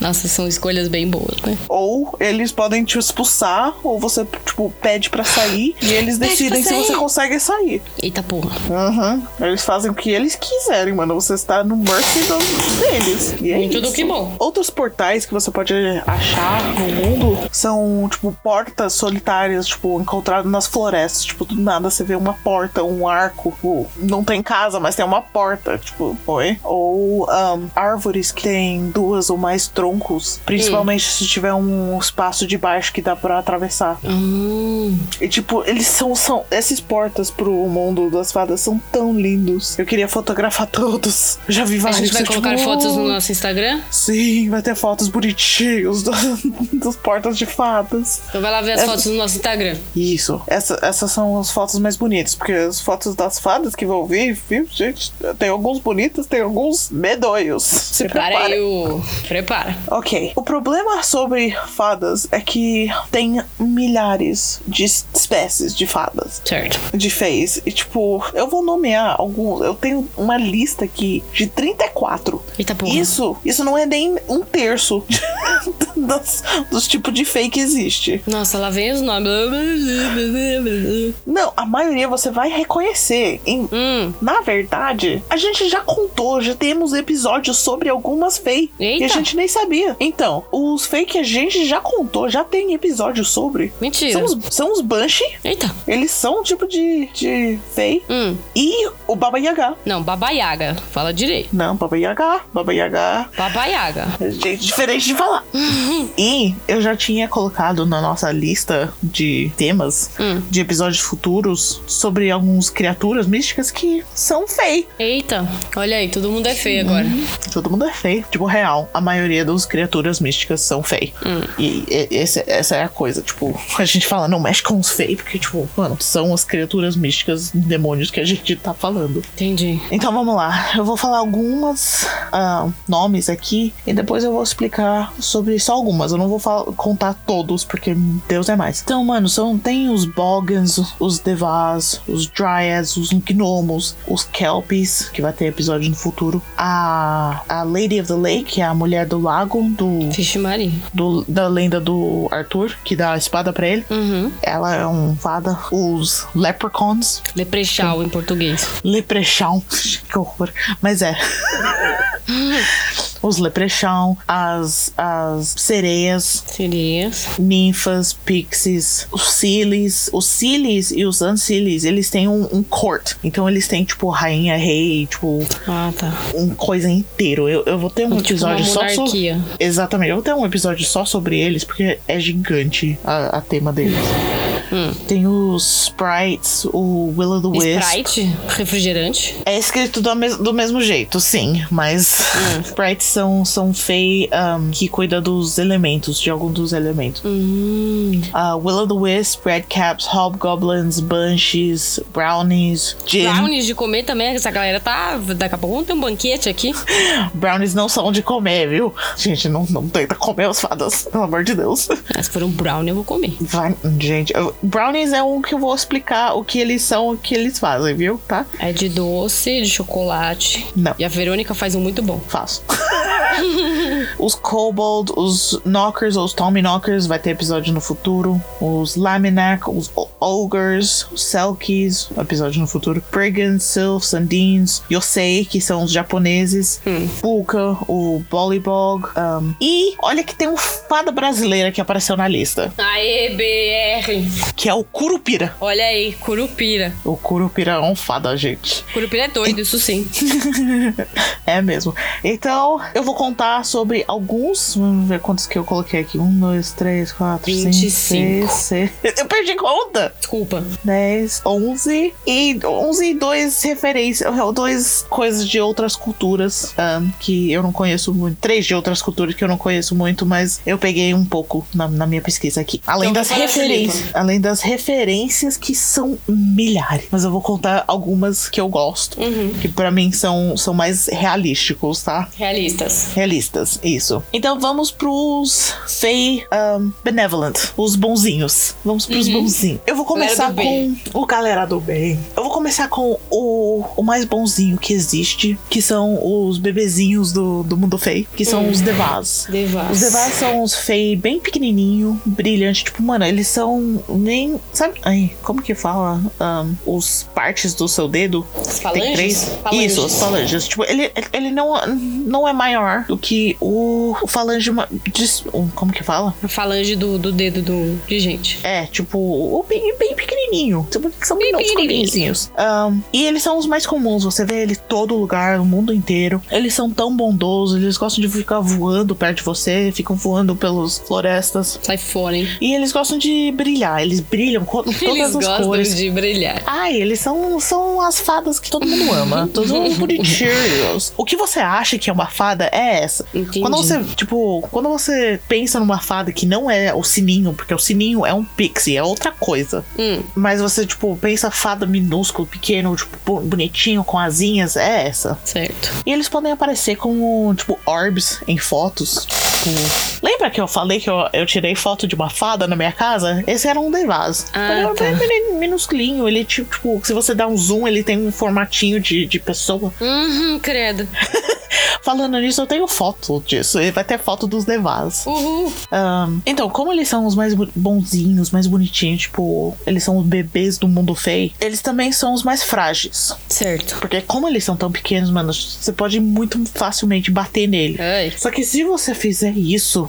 S1: Nossa, são escolhas bem boas, né?
S2: Ou eles podem te expulsar, ou você, tipo, pede pra sair e
S1: Pede
S2: eles
S1: pra
S2: decidem se
S1: sair.
S2: você consegue sair.
S1: Eita porra.
S2: Aham. Eles fazem o que eles quiserem, mano. Você está no mercy do- deles. E é
S1: Muito do
S2: isso.
S1: que bom.
S2: Outros portais que você pode achar no mundo são, tipo, portas solitárias, tipo, encontradas nas florestas. Tipo, do nada você vê uma porta, um arco. Ou não tem casa, mas tem uma porta. Tipo, oi. Ou ahn, árvores que tem duas ou mais troncos. Principalmente se tiver um espaço de baixo que dá pra atravessar.
S1: Hum.
S2: E tipo, eles são, são. Esses portas pro mundo das fadas são tão lindos. Eu queria fotografar todos. Eu já vi
S1: A
S2: vários.
S1: gente vai
S2: que são,
S1: colocar
S2: tipo,
S1: fotos no nosso Instagram.
S2: Sim, vai ter fotos bonitinhos do- dos portas de fadas.
S1: Então vai lá ver as
S2: É.
S1: fotos no nosso Instagram.
S2: Isso. Essa- essas são as fotos mais bonitas, porque as fotos das fadas que vão vir, viu, gente? Tem alguns bonitos, tem alguns medonhos. Se
S1: Prepara aí o. Prepara.
S2: Ok. O problema sobre fadas é que tem milhares de espécies de fadas.
S1: Certo.
S2: De fez. E tipo, eu vou nomear alguns. Eu tenho uma lista aqui de 34.
S1: Eita porra.
S2: Isso, isso não é nem um terço dos, dos tipos de fake que existe.
S1: Nossa, lá vem os nomes.
S2: Não, a maioria você vai reconhecer. Em,
S1: Hum.
S2: na verdade, a gente já contou, já temos episódios sobre algumas fake e
S1: Eita.
S2: a gente nem sabia. Então, os fake que a gente já contou, já tem episódio sobre.
S1: Mentira.
S2: São os, são os Banshee,
S1: Eita.
S2: eles são um tipo de, de fei.
S1: Hum.
S2: E o Baba Yaga.
S1: Não, Baba Yaga. Fala direito.
S2: Não, Baba Yaga. Baba Yaga
S1: Baba Yaga.
S2: jeito diferente de falar. e eu já tinha colocado na nossa lista de temas
S1: Hum.
S2: de episódios futuros sobre algumas criaturas místicas que são fei.
S1: Eita. Olha aí, todo mundo é feio agora.
S2: Todo mundo é fei. Tipo, real, a maioria das criaturas místicas são fei. E, e- esse- essa é a coisa. Tipo, a gente fala, não mexe com os fei, porque, tipo, mano, são as criaturas místicas, demônios que a gente tá falando.
S1: Entendi.
S2: Então vamos lá, eu vou falar algumas ah, nomes aqui e depois eu vou explicar sobre só algumas. Eu não vou fal- contar todos porque Deus é mais. Então, mano, são tem os Bogans, os Devas, os Dryads, os Gnomos, os Kelpies, que vai ter episódio no futuro. A, a Lady of the Lake, que é a mulher do lago, do,
S1: Vixe Maria.
S2: do- da lenda do Arthur, que dá a espada pra ele.
S1: Uhum.
S2: Ela é um fada. Os Leprechauns,
S1: Leprechal em português.
S2: Leprechaun. que horror. Mas é. Os leprechaun, as, as sereias,
S1: Sereias.
S2: ninfas, pixies, os cilis. Os cilis e os ancilis, eles têm um, um court. Então eles têm, tipo, rainha, rei, tipo,
S1: Ah, tá.
S2: um coisa inteiro. Eu, eu vou ter
S1: Tipo
S2: um
S1: uma
S2: episódio só sobre...
S1: monarquia.
S2: Exatamente. Eu vou ter um episódio só sobre eles, porque é gigante a, a tema deles. Tem os sprites, o will o the wisp
S1: Hum. Sprite? Refrigerante?
S2: é escrito do, mes- do mesmo jeito, sim. Mas sprites são, são fei um, que cuida dos elementos, de algum dos elementos.
S1: Hum.
S2: Uh, Will-O-The-Wisp, Redcaps, Hobgoblins, Banshees, Brownies, Jin.
S1: Brownies de comer também, essa galera tá. Daqui a pouco vamos ter um banquete aqui.
S2: Brownies não são de comer, viu? Gente, não, não tenta comer as fadas, pelo amor de Deus.
S1: Ah, se for um brownie, eu vou comer.
S2: Vai, gente, eu- brownies é um que eu vou explicar o que eles são, o que eles fazem, viu? Tá?
S1: É de doce, de chocolate.
S2: Não.
S1: E a Verônica faz um muito bom.
S2: Faço. os Kobold, os Knockers, os Tommy Knockers, vai ter episódio no futuro. Os Laminac, os O- Ogres, os Selkies, episódio no futuro. Brigands, Sylphs, Sandines, Yosei, que são os japoneses. Bulka, o Bolibog. um, e olha que tem um fada brasileira que apareceu na lista,
S1: Aê, BR!
S2: que é o Curupira.
S1: Olha aí, Curupira.
S2: O Curupira é um fada, gente.
S1: Curupira é doido, isso sim.
S2: É mesmo. Então, eu vou contar sobre alguns. Vamos ver quantos que eu coloquei aqui. Um, dois, três, quatro, cinco,
S1: 25.
S2: seis, seis. Eu perdi conta!
S1: Desculpa.
S2: 10, 11 né? e 11 e dois referências, dois coisas de outras culturas ahn, que eu não conheço muito, três de outras culturas que eu não conheço muito, mas eu peguei um pouco na, na minha pesquisa aqui. Além
S1: Então,
S2: das
S1: vai falar,
S2: referências,
S1: Filipa.
S2: além das referências que são milhares, mas eu vou contar algumas que eu gosto,
S1: Uhum.
S2: que pra mim são são mais realísticos, tá?
S1: Realistas.
S2: Realistas, isso. Então vamos pros Fey um, Benevolent, os bonzinhos. Vamos pros bonzinhos. Eu vou começar
S1: Uhum. Galera do bem.
S2: com o galera do bem. Eu vou começar com o, o mais bonzinho que existe, que são os bebezinhos do, do mundo fei, que são os Devas.
S1: Hum. Devas.
S2: Os Devas são uns fei bem pequenininho, brilhante. Tipo, mano, eles são nem. Sabe? Ai, como que fala? Ahn, os partes do seu dedo?
S1: As
S2: Tem
S1: falanges?
S2: três?
S1: Falanges.
S2: Isso, as falanges. Tipo, ele, ele não, não é maior do que o o, o falange. ma- dis- um, como que fala?
S1: A falange do, do dedo do, de gente.
S2: É, tipo, o bem, bem pequenininho. Tipo, que São
S1: Bem
S2: bem
S1: pequenininho.
S2: pequenininhos. Ahn, e eles são os mais comuns. Você vê ele em todo lugar, no mundo inteiro. Eles são tão bondosos. Eles gostam de ficar voando perto de você. Ficam voando pelas florestas.
S1: Sai fora, hein?
S2: E eles gostam de brilhar. Eles brilham com todas
S1: Eles
S2: as
S1: gostam
S2: cores.
S1: de brilhar.
S2: Ai, Ah, eles são, são as fadas que todo mundo ama. todo mundo bonitinhos. O que você acha que é uma fada é essa.
S1: Entendi.
S2: Quando você, tipo, quando você pensa numa fada que não é o sininho, porque o sininho é um pixie, é outra coisa.
S1: Hum.
S2: Mas você, tipo, pensa fada minúsculo, pequeno, tipo, bo- bonitinho, com asinhas, é essa.
S1: Certo.
S2: E eles podem aparecer como, tipo, orbs em fotos. Tipo, lembra que eu falei que eu, eu tirei foto de uma fada na minha casa? Esse era um Devaz.
S1: Ah,
S2: ele era
S1: tá.
S2: bem, bem minusculinho. Ele, tipo, se você dá um zoom, ele tem um formatinho de, de pessoa.
S1: Uhum, credo.
S2: Falando nisso, eu tenho foto disso. Ele vai ter foto dos Devaz.
S1: Uhul.
S2: Ahn, então, como eles são os mais bu- bonzinhos, mais bonitinhos, tipo, eles são os bebês do mundo feio, eles também são os mais frágeis.
S1: Certo.
S2: Porque como eles são tão pequenos, mano, você pode muito facilmente bater nele.
S1: Ai.
S2: Só que se você fizer isso,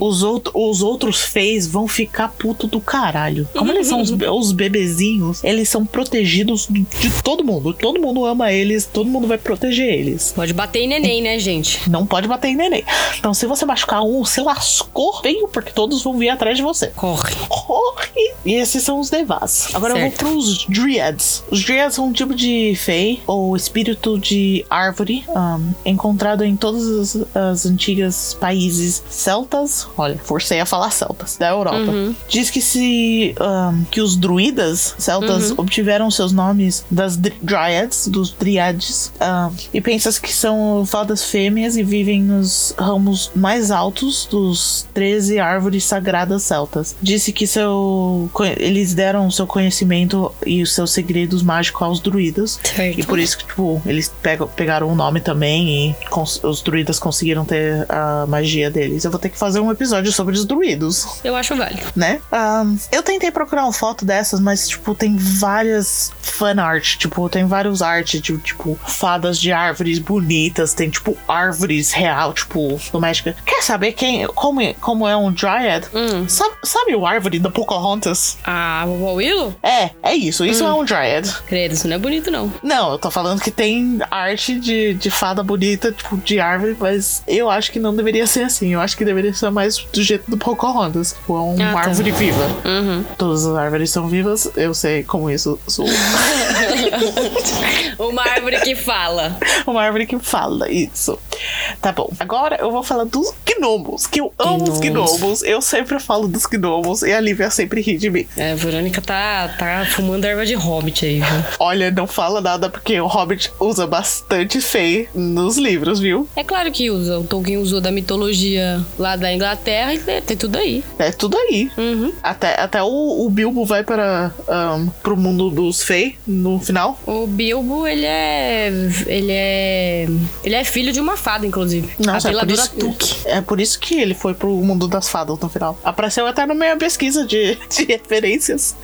S2: os, out os outros fez vão ficar puto do caralho. Como eles são os, be- os bebezinhos, eles são protegidos de de todo mundo. Todo mundo ama eles, todo mundo vai proteger eles.
S1: Pode bater em neném, né, gente?
S2: Não pode bater em neném. Então, se você machucar um, se lascou feio, porque todos vão vir atrás de você.
S1: Corre.
S2: Corre! E esses são os Devas. Agora
S1: Certo.
S2: eu vou pros Dryads. Os Dryads são um tipo de fei, ou espírito de árvore, ahn, encontrado em todas as, as antigas países celtas. Olha, forcei a falar celtas, da Europa. Diz que se ahn, que os druidas celtas obtiveram seus nomes das dri- Dryads, dos Dryades, ahn, e pensas que são fadas fêmeas e vivem nos ramos mais altos dos 13 árvores sagradas celtas. Disse que seu, co- eles deram seu conhecimento e os seus segredos mágicos aos druidas.
S1: Certo.
S2: E por isso que, tipo, eles pegam- pegaram o nome também e cons- os druidas conseguiram ter a magia deles. Eu vou ter que fazer um episódio sobre os druidos
S1: Eu acho válido.
S2: né? Ahn, eu tentei procurar uma foto dessas, mas, tipo, tem várias fan art. Tipo, tem vários arte de, tipo, fadas de árvores bonitas. Tem, tipo, árvores real, tipo, doméstica. Quer saber quem, como, é- como é um Dryad?
S1: Hum.
S2: Sabe, sabe o árvore da Pocahontas?
S1: Ah, vovó Willow?
S2: É, é isso. Isso é um Dryad.
S1: Credo, isso não é bonito, não.
S2: Não, eu tô falando que tem arte de, de fada bonita, tipo, de árvore, mas eu acho que não deveria ser assim. Eu acho que deveria ser mais do jeito do Pocahontas. Tipo, é uma
S1: Ah, tá.
S2: árvore viva.
S1: Uhum.
S2: Todas as árvores são vivas, eu sei como isso sou.
S1: Uma árvore que fala.
S2: Uma árvore que fala isso. Tá bom. Agora eu vou falar dos gnomos, que eu amo os
S1: Gnomos.
S2: gnomos. Eu sempre falo dos gnomos e a Lívia sempre ri de mim.
S1: É, a Verônica tá, tá fumando erva de hobbit aí, viu?
S2: Olha, não fala nada porque o Hobbit usa bastante fei nos livros, viu?
S1: É claro que usa. O Tolkien usou da mitologia lá da Inglaterra e tem- tem tudo aí.
S2: É tudo aí.
S1: Uhum.
S2: Até, até o, o Bilbo vai para ahn, pro mundo dos fei no final.
S1: O Bilbo, ele é. Ele é. Ele é filho de uma fada, inclusive.
S2: Nossa,
S1: a
S2: é por,
S1: peladora
S2: isso,
S1: Tuque.
S2: é por isso que ele foi pro mundo das fadas no final. Apareceu até na minha pesquisa de, de referências.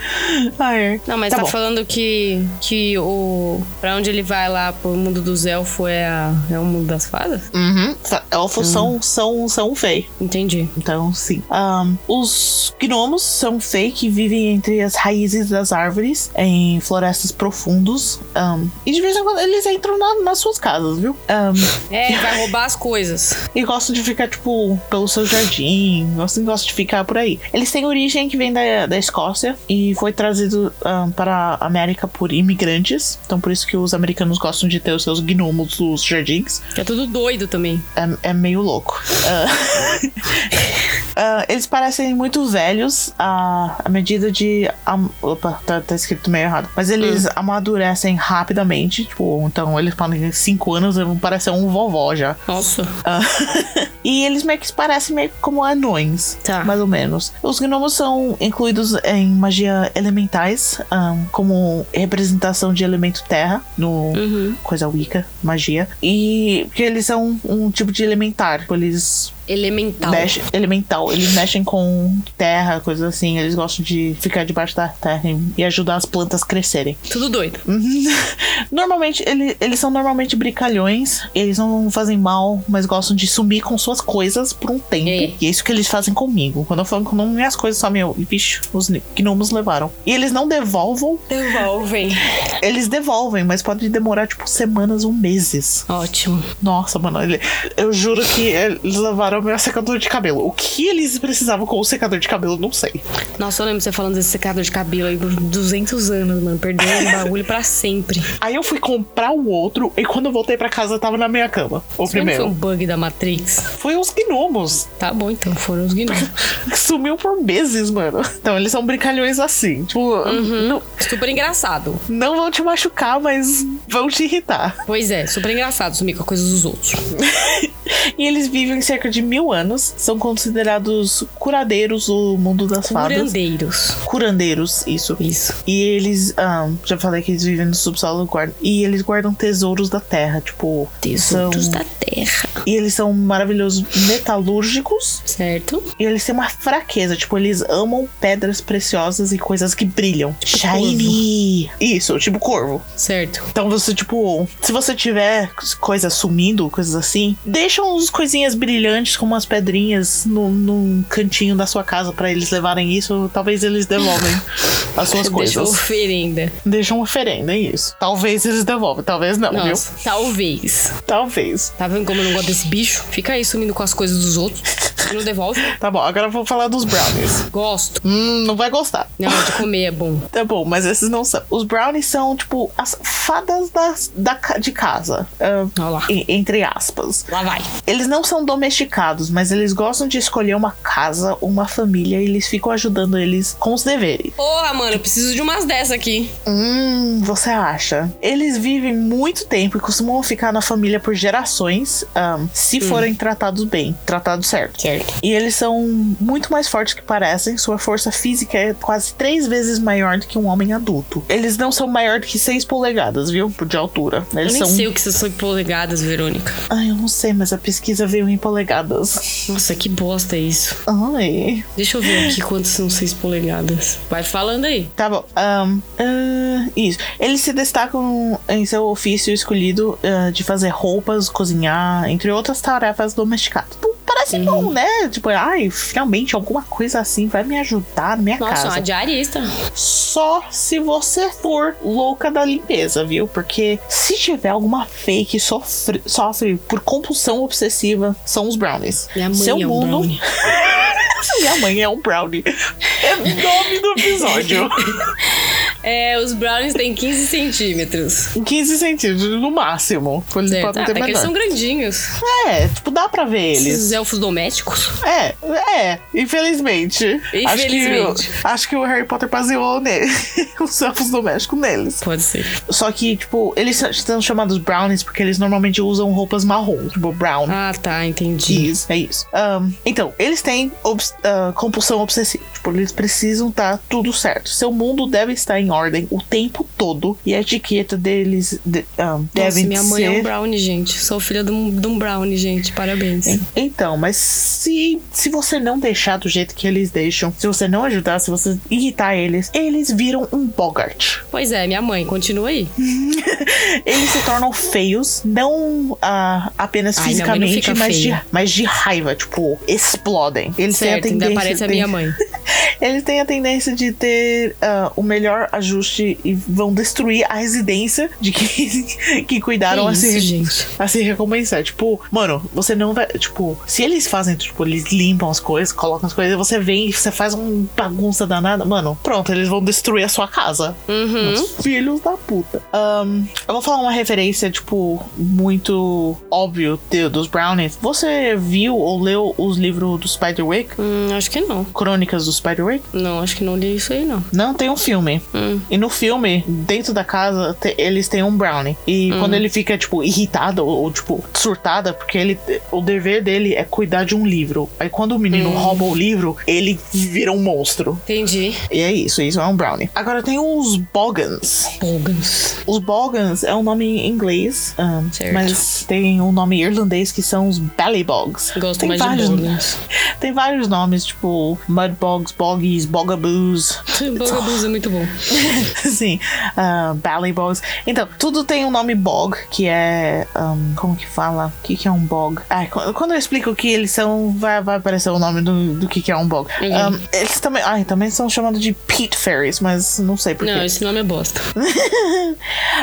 S2: Ah, é.
S1: Não, mas tá,
S2: bom.
S1: falando que, que o. Pra onde ele vai lá pro mundo dos elfos é, a- é o mundo das fadas?
S2: Uhum. Fa- Elfos
S1: Uhum.
S2: são, são, são fei.
S1: Entendi.
S2: Então, sim. Ahn, os gnomos são fei que vivem entre as raízes das árvores, em florestas profundos. Ahn, e de vez em quando eles entram na- nas suas casas, viu? Ahn,
S1: É, ele vai roubar as coisas.
S2: E gostam de ficar, tipo, pelo seu jardim. Gostam, gostam de ficar por aí. Eles têm origem que vem da, da Escócia e foi trazido ah, para a América por imigrantes. Então, por isso que os americanos gostam de ter os seus gnomos nos jardins.
S1: Que é tudo doido também.
S2: É, é meio louco. Ah, ah, eles parecem muito velhos ah, à medida de. am- opa, tá, tá escrito meio errado. Mas eles amadurecem rapidamente. Tipo, então eles podem ter 5 anos e vão parecer um vovó já.
S1: Nossa.
S2: Ah. e eles meio que se parecem meio como anões,
S1: Tá.
S2: mais ou menos. Os gnomos são incluídos em magia elementais, ahn, como representação de elemento terra, no coisa wicca, magia. E porque eles são um tipo de elementar, tipo, eles
S1: Elemental.
S2: Mexe, elemental. Eles mexem com terra, coisas assim. Eles gostam de ficar debaixo da terra e- e ajudar as plantas a crescerem.
S1: Tudo doido.
S2: Hum. Normalmente, ele- eles são normalmente brincalhões. Eles não fazem mal, mas gostam de sumir com suas coisas por um tempo.
S1: Ei.
S2: E é isso que eles fazem comigo. Quando eu falo com não, minhas coisas só meu. Vixe, os ni- gnomos levaram. E eles não devolvam,
S1: Devolvem.
S2: eles devolvem, mas pode demorar tipo semanas ou meses.
S1: Ótimo.
S2: Nossa, mano, ele- eu juro que eles levaram meu secador de cabelo. O que eles precisavam com o secador de cabelo, não sei.
S1: Nossa, eu lembro você falando desse secador de cabelo aí por 200 anos, mano. Perdeu o bagulho pra sempre.
S2: Aí eu fui comprar o outro e quando eu voltei pra casa tava na minha cama. O
S1: Isso mesmo
S2: primeiro.
S1: Foi um bug da Matrix.
S2: Foi os gnomos.
S1: Tá bom, então. Foram os gnomos.
S2: sumiu por meses, mano. Então eles são brincalhões assim. Tipo, não,
S1: Super engraçado.
S2: não vão te machucar, mas vão te irritar.
S1: Pois é, super engraçado sumir com a coisa dos outros.
S2: E eles vivem cerca de mil anos. São considerados curadeiros do mundo das fadas.
S1: Curandeiros.
S2: Curandeiros, isso.
S1: Isso.
S2: E eles, ah, já falei que eles vivem no subsolo guardam, e eles guardam tesouros da terra, tipo,
S1: Tesouros
S2: são-
S1: da terra.
S2: e eles são maravilhosos metalúrgicos
S1: Certo?
S2: e eles têm uma fraqueza, tipo, eles amam pedras preciosas e coisas que brilham.
S1: Tipo
S2: Shiny! Isso, tipo corvo.
S1: Certo.
S2: Então você, tipo, se você tiver coisas sumindo, coisas assim, deixa uns coisinhas brilhantes com umas pedrinhas no, num cantinho da sua casa pra eles levarem isso. Talvez eles devolvem as suas
S1: Deixa
S2: coisas.
S1: oferenda.
S2: Deixam oferenda, é isso. Talvez eles devolvam, talvez não,
S1: Nossa, talvez.
S2: viu? Talvez.
S1: Tá vendo como eu não gosto desse bicho? Fica aí sumindo com as coisas dos outros. E não devolve.
S2: Tá bom, agora eu vou falar dos brownies.
S1: Gosto.
S2: Hum, não vai gostar.
S1: Não, de comer é bom.
S2: Tá bom, mas esses não são. Os brownies são, tipo, as fadas das, da, ca- de casa. ah,
S1: Olha lá.
S2: e- entre aspas.
S1: Lá vai.
S2: Eles não são domesticados, mas eles gostam de escolher uma casa, uma família e eles ficam ajudando eles com os deveres.
S1: Porra, mano, eu preciso de umas dessas aqui.
S2: Hum, você acha? Eles vivem muito tempo e costumam ficar na família por gerações, ahn, se forem tratados bem, tratados certo.
S1: Hum. Certo.
S2: E eles são muito mais fortes que parecem, sua força física é quase três vezes maior do que um homem adulto. Eles não são maior do que seis polegadas, viu? De altura.
S1: Eu
S2: Eles
S1: nem
S2: são.
S1: sei o que vocês são em polegadas, Verônica.
S2: Ai, eu não sei, mas a pesquisa veio em polegadas.
S1: Nossa, que bosta é isso.
S2: Ai.
S1: Deixa eu ver aqui quantos são seis polegadas. Vai falando aí.
S2: Tá bom. Ahn, ah, isso. Eles se destacam em seu ofício escolhido ah, de fazer roupas, cozinhar, entre outras tarefas domesticadas. Pô, Parece
S1: Uhum.
S2: bom, né? Tipo, ai, finalmente alguma coisa assim vai me ajudar na minha
S1: Nossa, uma
S2: casa.
S1: diarista.
S2: Só se você for louca da limpeza, viu? Porque se tiver alguma fake que sofre, sofre por compulsão obsessiva, são os brownies.
S1: Minha mãe
S2: seu
S1: é um
S2: mundo.
S1: brownie.
S2: Minha mãe é um brownie. É o nome do episódio.
S1: É, os brownies têm 15 centímetros.
S2: 15 centímetros no máximo. Porque Eles
S1: Certo.
S2: podem
S1: Ah,
S2: ter
S1: até que eles são
S2: menor.
S1: grandinhos.
S2: É, tipo, dá pra ver eles.
S1: Esses elfos domésticos.
S2: É, é, infelizmente. Acho
S1: Infelizmente.
S2: que, o- acho que o Harry Potter baseou nele, os elfos domésticos neles.
S1: Pode ser.
S2: Só que, tipo, eles são chamados brownies porque eles normalmente usam roupas marrom, tipo, brown.
S1: Ah, tá, entendi.
S2: Isso, é isso. Ahn, então, eles têm obs- ah, compulsão obsessiva. Tipo, eles precisam estar tudo certo. Seu mundo deve estar em ordem o tempo todo. E a etiqueta deles de, ahn, deve
S1: Nossa, minha mãe é
S2: ser
S1: um brownie, gente. Sou filha de um, de um brownie, gente. Parabéns.
S2: Então, mas se, se você não deixar do jeito que eles deixam, se você não ajudar, se você irritar eles, eles viram um Bogart.
S1: Pois é, minha mãe, continua aí.
S2: Eles se tornam feios, não ah, apenas
S1: Ai, minha mãe não
S2: fisicamente,
S1: fica
S2: mas de,
S1: feia.
S2: mas de raiva, tipo, explodem. Eles
S1: certo,
S2: têm a
S1: ainda
S2: tendência.
S1: parece a
S2: têm-
S1: minha mãe.
S2: Eles têm a tendência de ter ah, o melhor ajuste e vão destruir a residência de quem que cuidaram
S1: Que
S2: a se
S1: É isso, gente.
S2: a se recompensar. Tipo, mano, você não vai. Tipo, se eles fazem, tipo, eles limpam as coisas, colocam as coisas, você vem e você faz um bagunça danada. Mano, pronto, eles vão destruir a sua casa.
S1: Uhum.
S2: Os filhos da puta. Ahn, eu vou falar uma referência, tipo, muito óbvio de- dos Brownies. Você viu ou leu os livros do Spiderwick?
S1: Hum, acho que não.
S2: Crônicas do Spider-Man?
S1: Não, acho que não li isso aí, não.
S2: Não, tem um filme.
S1: Hum.
S2: E no filme, dentro da casa, te- eles têm um brownie. E
S1: Hum.
S2: quando ele fica, tipo, irritado ou, ou, tipo, surtada, porque ele, o dever dele é cuidar de um livro. Aí quando o
S1: Hum.
S2: menino rouba o livro, ele vira um monstro.
S1: Entendi.
S2: E é isso, isso é um brownie. Agora tem os Bogans.
S1: Bogans.
S2: Os Bogans é um nome em inglês, ah,
S1: Certo.
S2: mas tem um nome irlandês que são os Ballybogs.
S1: Gosto
S2: tem
S1: mais de Bogans.
S2: Tem vários nomes, tipo Mudbogs, Boggies, Bogaboos.
S1: Bogaboos é muito bom.
S2: Sim, ah, Ballet Bogs. Então, tudo tem um nome bog, que é. ahn, como que fala? O que, que é um bog? Ah, qu- quando eu explico o que eles são, vai, vai aparecer o nome do, do que, que é um bog.
S1: Uhum.
S2: Ahn, eles também. Ai, também são chamados de Pete Fairies, mas não sei porquê.
S1: Não, esse nome é bosta.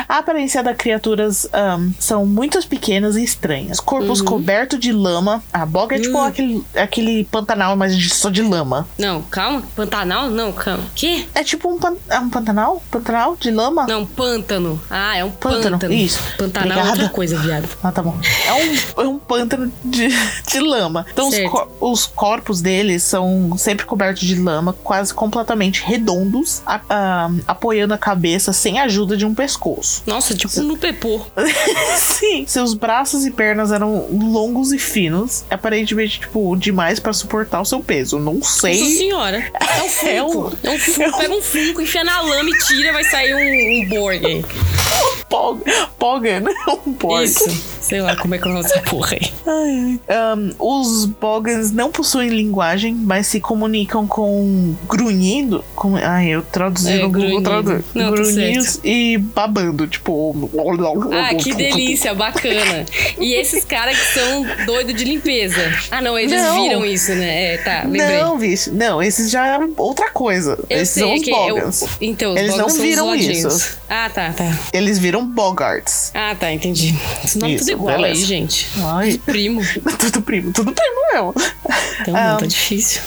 S2: A aparência das criaturas ahn, são muito pequenas e estranhas. Corpos cobertos de lama. A bog é tipo
S1: Uhum. Hum.
S2: aquele, aquele pantanal, mas de- só de lama.
S1: Não, calma. Pantanal? Não, calma. Quê?
S2: É tipo um, pan- é um pantanal? Pantanal de lama?
S1: Não, pântano. Ah, é um
S2: Pântano,
S1: pântano.
S2: isso.
S1: Pantanal é outra
S2: Obrigada.
S1: coisa, viado.
S2: Ah, tá bom. É um, é um pântano de, de lama. Então, os,
S1: Certo.
S2: cor- os corpos deles são sempre cobertos de lama, quase completamente redondos, a- ah, apoiando a cabeça sem a ajuda de um pescoço.
S1: Nossa, tipo no pepô.
S2: Sim. Seus braços e pernas eram longos e finos, aparentemente, tipo, demais pra suportar o seu peso. Não
S1: Nossa
S2: sei.
S1: senhora. É um
S2: É
S1: funko.
S2: um-
S1: É um
S2: é um-
S1: funko. Pega um funko, enfia na lama e tira, vai sair um, um Borg.
S2: Pog- Pogan, um porco.
S1: Isso. Sei lá como é que é o nome dessa porra aí.
S2: Ai, ai. Ahn, os Bogans não possuem linguagem, mas se comunicam com grunhindo. Com, ai, eu traduzi
S1: É,
S2: no Google
S1: grunhido.
S2: Tradutor.
S1: Não, tá
S2: Grunhidos e babando, tipo.
S1: Ah, que delícia, bacana. E esses caras que são doidos de limpeza. Ah, não, eles
S2: Não.
S1: viram isso, né? É, tá, lembrei.
S2: Não, bicho, não, esses já é outra coisa.
S1: Eu
S2: esses
S1: sei,
S2: são
S1: é
S2: os
S1: que
S2: Bogans.
S1: eu, então, os
S2: Eles
S1: Bogans
S2: não
S1: são
S2: viram
S1: os zoadinhos.
S2: isso.
S1: Ah, tá, tá.
S2: Eles viram Bogarts.
S1: Ah, tá, entendi. Esse nome é tudo
S2: Isso,
S1: igual aí,
S2: beleza.
S1: gente.
S2: Ai,
S1: Primo.
S2: tudo primo, tudo primo mesmo.
S1: Então, não,
S2: Ah.
S1: tá difícil.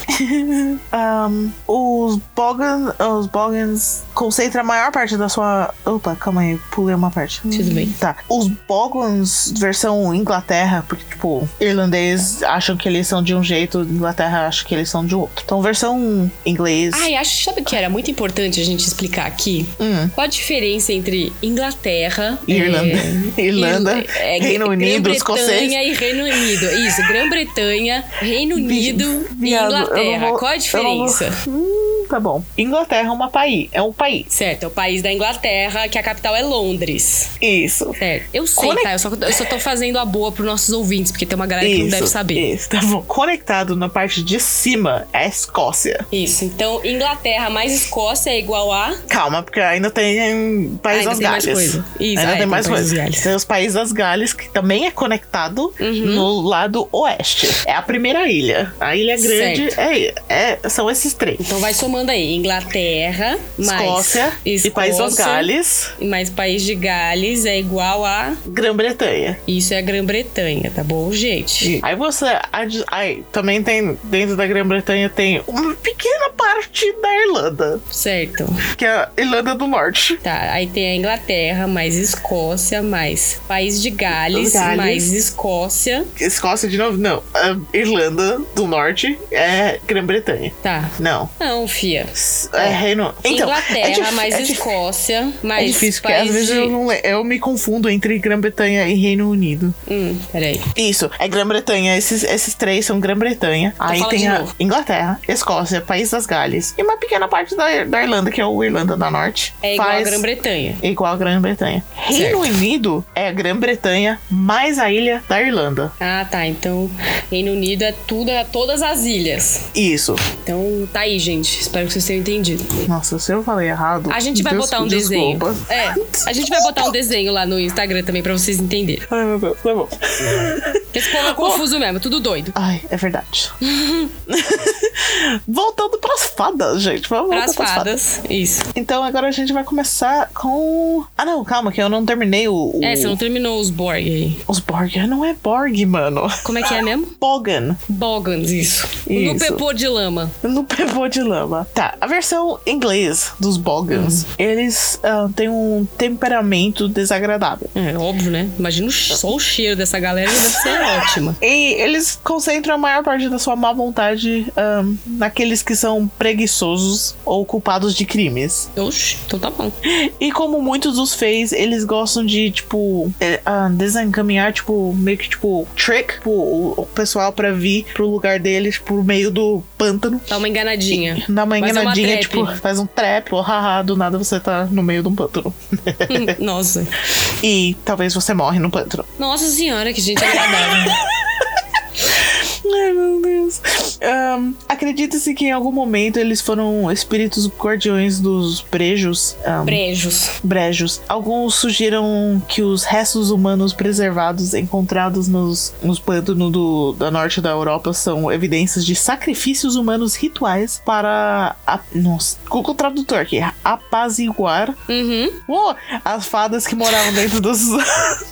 S2: Ahn, os, Bogan, os Bogans concentram a maior parte da sua. Opa, calma aí, pulei uma parte.
S1: Hum. Tudo bem.
S2: Tá. Os Bogans, versão Inglaterra, porque, tipo, irlandês acham que eles são de um jeito, Inglaterra acha que eles são de outro. Então, versão inglês.
S1: Ai, acho, sabe o que era muito importante a gente explicar aqui?
S2: Hum.
S1: Qual a diferença entre Inglaterra,
S2: Irlanda,
S1: é,
S2: Irlanda,
S1: Ir- é,
S2: Reino Unido,
S1: Grã-Bretanha
S2: escocês.
S1: e Reino Unido. Isso, Grã-Bretanha, Reino
S2: Bicho,
S1: Unido e
S2: viado, eu não
S1: Inglaterra.
S2: vou-
S1: Qual a
S2: eu não
S1: diferença?
S2: vou- Hum, tá bom. Inglaterra é, uma país, é um país.
S1: Certo, é o país da Inglaterra, que a capital é Londres.
S2: Isso.
S1: Certo. Eu sei,
S2: Conec-
S1: tá? Eu só, eu só tô fazendo a boa pros nossos ouvintes, porque tem uma galera que não É, então deve saber.
S2: Isso, tá bom. Conectado na parte de cima é a Escócia.
S1: Isso. Então, Inglaterra mais Escócia é igual a.
S2: Calma, porque ainda tem País
S1: Ainda
S2: das
S1: tem mais
S2: Galhas.
S1: coisa. Isso,
S2: ainda
S1: ah, é,
S2: tem
S1: tem
S2: mais
S1: País das
S2: coisa.
S1: Galhas.
S2: Tem os País das Galhas, que também é conectado
S1: Uhum.
S2: no lado oeste. É a primeira ilha. A ilha grande é, é- são esses três.
S1: Então vai somando aí. Inglaterra, mais
S2: Escócia, e País das
S1: Escócia,
S2: Galhas,
S1: e Mais País de Gales é igual a.
S2: Grã-Bretanha.
S1: Isso é a Grã-Bretanha, tá bom, gente?
S2: Aí você. ad- Aí, também tem. Dentro da Grã-Bretanha tem uma pequena parte da Irlanda,
S1: Certo.
S2: que é a Irlanda do Norte.
S1: Tá, aí tem a Inglaterra, mais Escócia, mais País de Gales,
S2: Gales.
S1: mais Escócia.
S2: Escócia de novo? Não. A Irlanda do Norte é Grã-Bretanha.
S1: Tá.
S2: Não.
S1: Não, fia.
S2: S- É Reino. Então, é
S1: Inglaterra,
S2: dif-
S1: mais
S2: é dif-
S1: Escócia, mais
S2: É difícil, porque
S1: país
S2: às vezes
S1: de...
S2: eu, não le- eu me confundo entre Grã-Bretanha e Reino Unido.
S1: Hum, peraí.
S2: Isso, é Grã-Bretanha. Esses, esses três são Grã-Bretanha. Aí
S1: fala
S2: tem
S1: de
S2: a
S1: novo.
S2: Inglaterra, Escócia, País das Gales. E uma pequena parte da, da Irlanda, que é o Irlanda da Norte.
S1: É igual
S2: Faz-
S1: a Grã-Bretanha.
S2: é igual a Grã-Bretanha. Reino Unido é a Grã-Bretanha mais a ilha da Irlanda.
S1: Ah, tá. Então, Reino Unido é tudo, é todas as ilhas.
S2: Isso.
S1: Então, tá aí, gente. Espero que vocês tenham entendido.
S2: Nossa, se eu falei errado.
S1: A gente vai
S2: des-
S1: botar um
S2: desculpa.
S1: desenho. É, a gente vai botar um desenho lá no Instagram também pra vocês entenderem.
S2: Ai, meu Deus, tá bom.
S1: Porque esse povo é confuso mesmo, tudo doido.
S2: Ai, é verdade. Voltando pras fadas, gente. Vamos
S1: Pras
S2: voltar pras fadas.
S1: fadas. Isso.
S2: Então agora a gente vai começar com. Ah, não, calma, que eu não terminei o. o...
S1: É, você não terminou os Borg aí.
S2: Os Borg. Não é Borg, mano.
S1: Como é que é mesmo?
S2: Bogan,
S1: Bogans, isso. No
S2: Isso.
S1: pepô de lama.
S2: no pivô de lama. Uhum. Tá, a versão em inglês dos Bogans, eles ah, têm um temperamento desagradável.
S1: É, óbvio, né? Imagina o ch- só o cheiro dessa galera deve ser ótima.
S2: E eles concentram a maior parte da sua má vontade ah, naqueles que são preguiçosos ou culpados de crimes.
S1: Oxi, então tá bom.
S2: E como muitos dos fez, eles gostam de, tipo, é, ah, desencaminhar, tipo, meio que, tipo, trick tipo, o, o pessoal pra vir pro lugar deles por meio do pântano.
S1: Dá uma enganadinha.
S2: Dá uma
S1: Mas é uma
S2: enganadinha,
S1: trap.
S2: tipo, faz um trap, oh, haha, do nada você tá no meio de um pântano.
S1: Nossa.
S2: E talvez você morre no pântano.
S1: Nossa senhora, que gente agradável.
S2: Ai, meu Deus. Ahn, Acredita-se que em algum momento eles foram espíritos guardiões dos brejos. ahn,
S1: Brejos.
S2: brejos. Alguns sugiram que os restos humanos preservados encontrados nos, nos pântanos do, da norte da Europa são evidências de sacrifícios humanos rituais para. A, nossa, Google Tradutor aqui. Apaziguar
S1: Uhum.
S2: oh, as fadas que moravam dentro dos,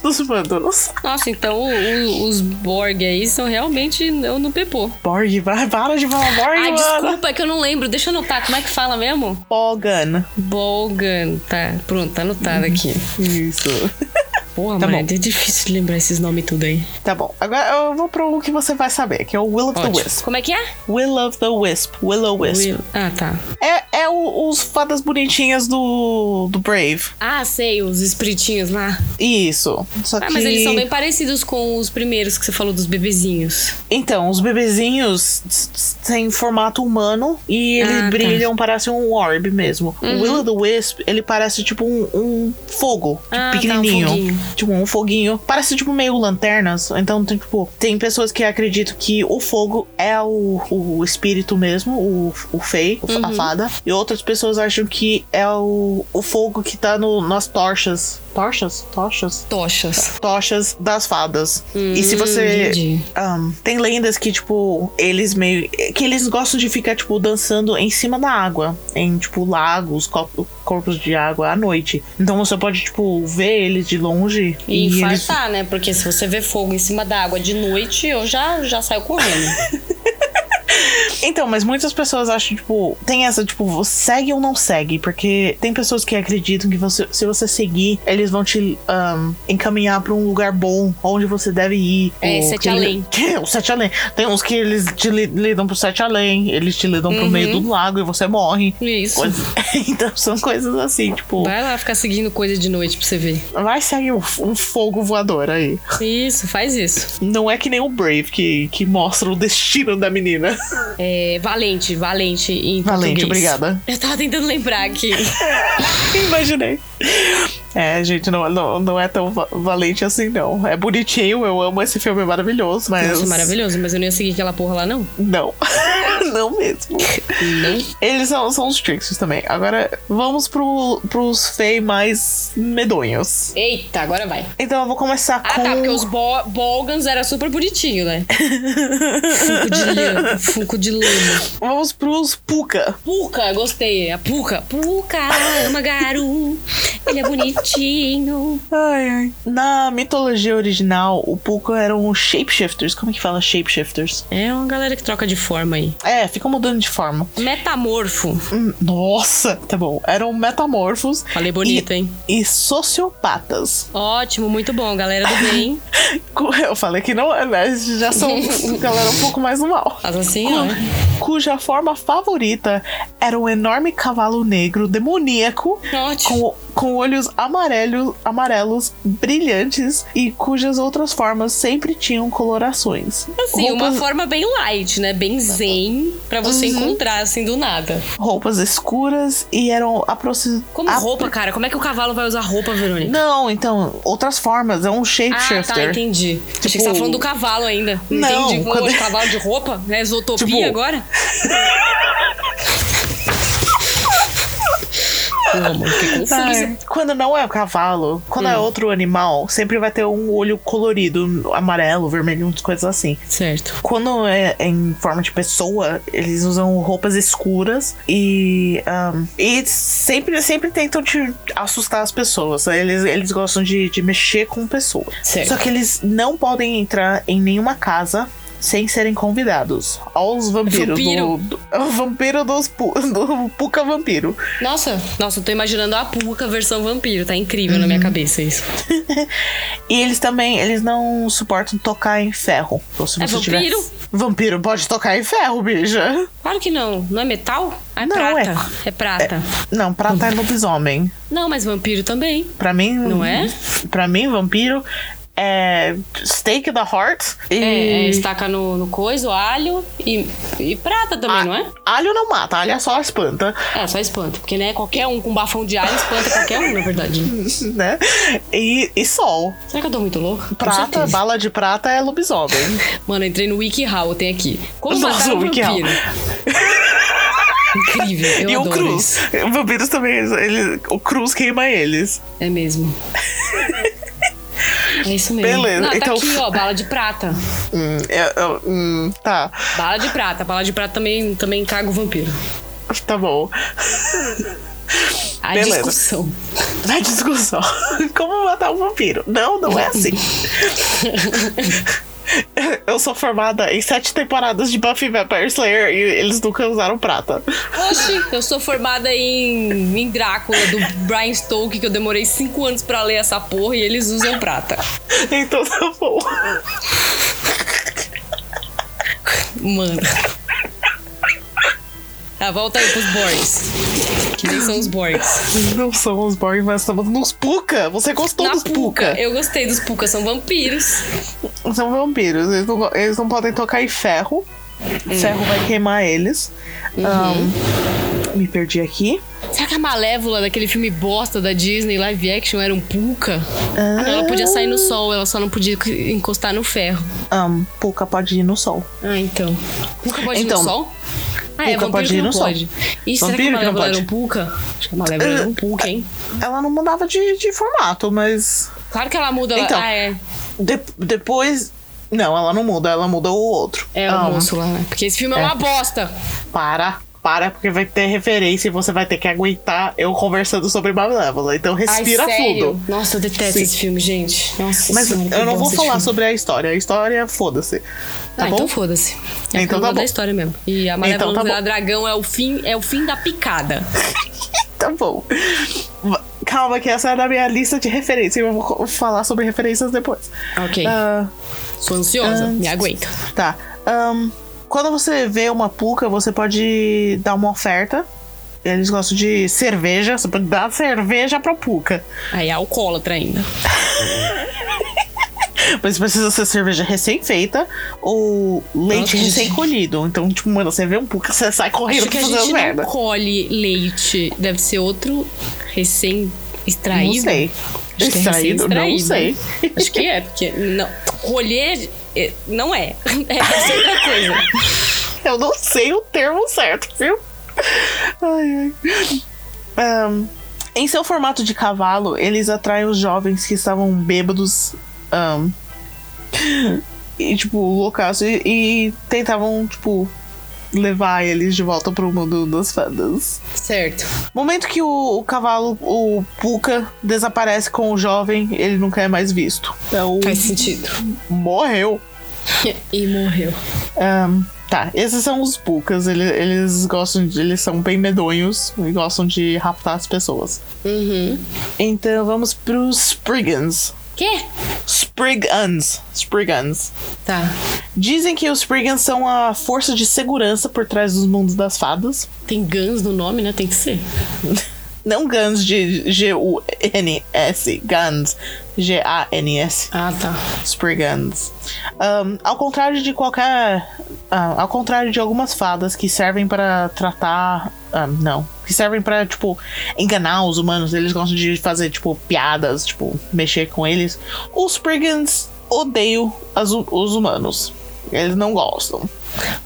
S2: dos pântanos.
S1: Nossa, então o- o- os Borg aí são realmente eu no pepô.
S2: Borg, vai, para de falar Borg,
S1: Ai,
S2: mano.
S1: desculpa, é que eu não lembro. Deixa eu anotar. Como é que fala mesmo?
S2: Bogan.
S1: Bolgan. Tá, pronto, tá anotado aqui.
S2: Isso.
S1: Porra,
S2: Uhum. Tá
S1: mano, é difícil lembrar esses nomes tudo aí.
S2: Tá bom. Agora eu vou pro um que você vai saber, que é o Will of the
S1: Ótimo.
S2: Wisp.
S1: Como é que é?
S2: Will of the Wisp. Willow Wisp.
S1: Will- Ah, tá.
S2: É, é o- os fadas bonitinhas do, do Brave.
S1: Ah, sei, os espritinhos lá.
S2: Isso. Só
S1: Ah,
S2: que...
S1: mas eles são bem parecidos com os primeiros que você falou dos bebezinhos.
S2: Então, os bebezinhos s- s- têm formato humano e eles
S1: Ah, tá. Uhum.
S2: brilham, parece um orb mesmo. O Will of the Wisp, ele parece tipo um, um fogo, tipo,
S1: Ah, tá, um
S2: pequenininho.
S1: foguinho.
S2: tipo, um foguinho. Parece tipo meio lanternas. Então, tem, tipo, tem pessoas que acreditam que o fogo é o, o espírito mesmo, o, o fei, o-
S1: Uhum.
S2: a fada. E outras pessoas acham que é o, o fogo que tá no, nas torchas. Torchas? Tochas?
S1: Tochas.
S2: tochas das fadas. e se você.
S1: Hum, entendi.
S2: Ahn, Ah, tem lendas que, tipo, eles meio. que eles gostam de ficar, tipo, dançando em cima da água. Em, tipo, lagos, co- corpos de água à noite. Então você pode, tipo, ver eles de longe.
S1: E
S2: E, eles.
S1: infartar, né? Porque se você vê fogo em cima da água de noite, eu já, já saio correndo.
S2: Então, mas muitas pessoas acham, tipo, tem essa, tipo, você segue ou não segue. Porque tem pessoas que acreditam que você, se você seguir, eles vão te ahn, encaminhar pra um lugar bom, onde você deve ir.
S1: É,
S2: Ou
S1: sete
S2: que- É,
S1: além.
S2: o sete além. Tem uns que eles te li- lidam pro sete além, eles te lidam pro meio do lago e você morre.
S1: Uhum. Isso.
S2: Coisa- Então são coisas assim, tipo,
S1: Vai lá ficar seguindo coisa de noite pra você ver.
S2: vai sair um, um fogo voador aí.
S1: Isso, faz isso.
S2: Não é que nem o Brave que, que mostra o destino da menina.
S1: É, valente, valente em
S2: Valente,
S1: português.
S2: obrigada.
S1: Eu tava tentando lembrar aqui.
S2: Imaginei. É, gente, não, não, não é tão va- valente assim, não. É bonitinho, eu amo esse filme, é maravilhoso, mas.
S1: Nossa, maravilhoso, mas eu não ia seguir aquela porra lá, não.
S2: Não. não mesmo.
S1: Não.
S2: Eles são, são os Tricksters também. Agora, vamos pro, pros Fey mais medonhos.
S1: Eita, agora vai.
S2: Então, eu vou começar
S1: Ah,
S2: com.
S1: tá, porque os bo Bolgans era super bonitinho, né? Funko de lama. Funko de lama.
S2: Vamos pros Puka.
S1: Puca, gostei. A Puca. Puca, ama garu. Ele é bonitinho.
S2: Ai, ai. Na mitologia original, o Puka eram os shapeshifters. Como é que fala shapeshifters?
S1: É uma galera que troca de forma aí.
S2: É, fica mudando de forma.
S1: Metamorfo.
S2: Hum, Nossa, tá bom. Eram metamorfos.
S1: Falei bonito,
S2: e-
S1: hein?
S2: E sociopatas.
S1: Ótimo, muito bom, galera do bem.
S2: Cu- Eu falei que não, né? Já são galera um pouco mais do mal.
S1: Mas assim, ó.
S2: Cuja forma favorita era um enorme cavalo negro demoníaco
S1: Ótimo.
S2: com, com olhos amarelos, amarelos brilhantes e cujas outras formas sempre tinham colorações.
S1: Assim, uma
S2: roupas,
S1: forma bem light, né? Bem zen, pra você encontrar, assim, do nada.
S2: roupas escuras e eram aproximadas.
S1: Como roupa, cara? Como é que o cavalo vai usar roupa, Verônica?
S2: Não, então, outras formas. É
S1: Ah,
S2: um
S1: tá,
S2: shapeshifter.
S1: entendi. Achei que você tava falando do cavalo ainda.
S2: Não,
S1: entendi. Vamos
S2: quando-
S1: de cavalo de roupa? Né? Isotopia
S2: Tipo-
S1: agora? Não, mano, fiquei confusa.
S2: Ai, Quando não é o cavalo, quando
S1: Hum.
S2: é outro animal, sempre vai ter um olho colorido, amarelo, vermelho, umas coisas assim.
S1: Certo.
S2: Quando é em forma de pessoa, eles usam roupas escuras e. ahn, e sempre, sempre tentam te assustar as pessoas. né? Eles, eles gostam de, de mexer com pessoas.
S1: Certo.
S2: Só que eles não podem entrar em nenhuma casa. sem serem convidados. Olha os vampiros.
S1: Vampiro.
S2: Do, do- é o vampiro dos pu, do Puca Vampiro.
S1: Nossa, nossa, eu tô imaginando a Puca versão vampiro. Tá incrível na minha cabeça isso.
S2: E eles também, eles não suportam tocar em ferro. Então, se
S1: É
S2: você tiver-
S1: vampiro?
S2: Vampiro pode tocar em ferro, bicha.
S1: Claro que não. Não é metal? Ah, é
S2: Não,
S1: prata. É, prata.
S2: Não, prata é lobisomem.
S1: Não, mas vampiro também.
S2: Pra mim.
S1: Não é?
S2: Pra mim, vampiro é steak da heart e.
S1: É, é, estaca no, no coiso, alho e, e prata também,
S2: a-
S1: não é?
S2: Alho não mata, alho é só espanta,
S1: É, só espanta. Porque, né, qualquer um com bafão de alho espanta qualquer um, na verdade. né?
S2: né? E, e sol.
S1: Será que eu tô muito louco?
S2: Prata, bala de prata é lobisomem.
S1: Mano, eu entrei no WikiHow, tem aqui. Como
S2: Nossa,
S1: matar um
S2: o WikiHow.
S1: vampiro. Incrível, eu
S2: e o
S1: adoro
S2: cruz.
S1: isso.
S2: Vampiros também, eles- eles- o cruz queima eles.
S1: É mesmo. É isso mesmo.
S2: Beleza,
S1: Não, tá
S2: então-
S1: aqui, ó, bala de prata.
S2: Hum, eu- eu- hum, tá,
S1: Bala de prata. Bala de prata também, também caga o vampiro.
S2: tá bom.
S1: A
S2: Beleza.
S1: discussão.
S2: Na discussão. Como matar um vampiro? Não, não é assim. Eu sou formada em sete temporadas de Buffy Vampire Slayer e eles nunca usaram prata.
S1: Oxi, eu sou formada em, em Drácula, do Brian Stoke, que eu demorei cinco anos pra ler essa porra e eles usam prata.
S2: Então tá bom.
S1: Mano. Tá, volta aí pros Borgs. Que nem são os Borgs.
S2: Não são os Borg, mas estamos nos Puka. Você gostou
S1: Na
S2: dos Puka?
S1: Puca. Eu gostei dos Puca, são vampiros.
S2: São vampiros. Eles não, go- eles não podem tocar em ferro. Ferro vai queimar eles. Ahn, me perdi aqui.
S1: Será que a Malévola daquele filme bosta da Disney live action era um Puca?
S2: Ah.
S1: Ela podia sair no sol, ela só não podia encostar no ferro.
S2: Ahn, Puka pode ir no sol.
S1: Ah, então. Puca pode
S2: Então,
S1: ir no sol? Ah, é,
S2: Puca
S1: vampiro
S2: pode
S1: que
S2: ir
S1: não
S2: no sol.
S1: pode. Ih, será que a
S2: Vampiro que não
S1: Malévola era
S2: pode.
S1: um Puca? Acho que a Malévola era um Puca, hein?
S2: Ela não mudava de, de formato, mas.
S1: Claro que ela muda. ela-
S2: Então.
S1: ah, é.
S2: de- depois. Não, ela não muda, ela muda o outro.
S1: É o
S2: Ahn,
S1: moço lá, né? Porque esse filme é, uma bosta.
S2: Para, para, porque vai ter referência e você vai ter que aguentar eu conversando sobre Malévola. Então respira
S1: Ai, sério?
S2: fundo.
S1: Nossa, eu detesto
S2: Sim.
S1: esse filme, gente. Nossa
S2: Mas
S1: senhora, que
S2: eu não vou
S1: bosta de
S2: falar
S1: filme.
S2: sobre a história. A história, foda-se.
S1: ah,
S2: Tá bom?
S1: então foda-se. É
S2: Então
S1: então
S2: tá
S1: da
S2: bom.
S1: história mesmo. E a Malévola
S2: Então tá
S1: então,
S2: bom.
S1: Dragão é o fim, é o fim da picada.
S2: Tá bom. Va- Calma, que essa é da minha lista de referências. Eu vou co- falar sobre referências depois.
S1: Ok.
S2: Ah,
S1: Sou ansiosa,
S2: Ah,
S1: me aguenta.
S2: tá. Ahn, quando você vê uma puca, você pode dar uma oferta. Eles gostam de cerveja. Você pode dar cerveja pra puca.
S1: Aí é alcoólatra ainda.
S2: Mas precisa ser cerveja recém-feita ou leite
S1: Nossa, gente.
S2: recém-colhido. Então, tipo, mano, você vê um puca, você sai correndo
S1: Acho que
S2: pra
S1: a
S2: fazer as
S1: gente não
S2: merda.
S1: colhe leite. Deve ser outro recém extraído.
S2: Não sei.
S1: Acho que é
S2: Extraído? Não
S1: recém-extraído.
S2: sei.
S1: Acho que é, porque não, colher é, não é. É essa outra coisa.
S2: Eu não sei o termo certo, viu? Ai, ai. Ahn, em seu formato de cavalo, eles atraem os jovens que estavam bêbados. ahn, e, tipo, loucaço. E, e tentavam, tipo, levar eles de volta pro mundo das fadas.
S1: Certo.
S2: Momento que o, o cavalo, o Puka, desaparece com o jovem, ele nunca é mais visto. Então,
S1: Faz sentido.
S2: morreu.
S1: E morreu.
S2: Ahn, tá, esses são os Pukas. Ele- Eles, gostam de. Eles são bem medonhos e gostam de raptar as pessoas.
S1: Uhum.
S2: Então vamos pros Spriggans.
S1: Quê?
S2: Spriggans. Spriggans.
S1: Tá.
S2: Dizem que os Spriggans são a força de segurança por trás dos mundos das fadas.
S1: Tem Guns no nome, né? Tem que ser.
S2: Não Guns de G-U-N-S. Guns. G-A-N-S.
S1: Ah, tá.
S2: Spriggans. Ahn, ao contrário de qualquer. ah, ao contrário de algumas fadas que servem pra tratar. ah, não. Que servem pra, tipo, enganar os humanos. Eles gostam de fazer, tipo, piadas, tipo, mexer com eles. Os Spriggans odeiam as hu- os humanos. Eles não gostam.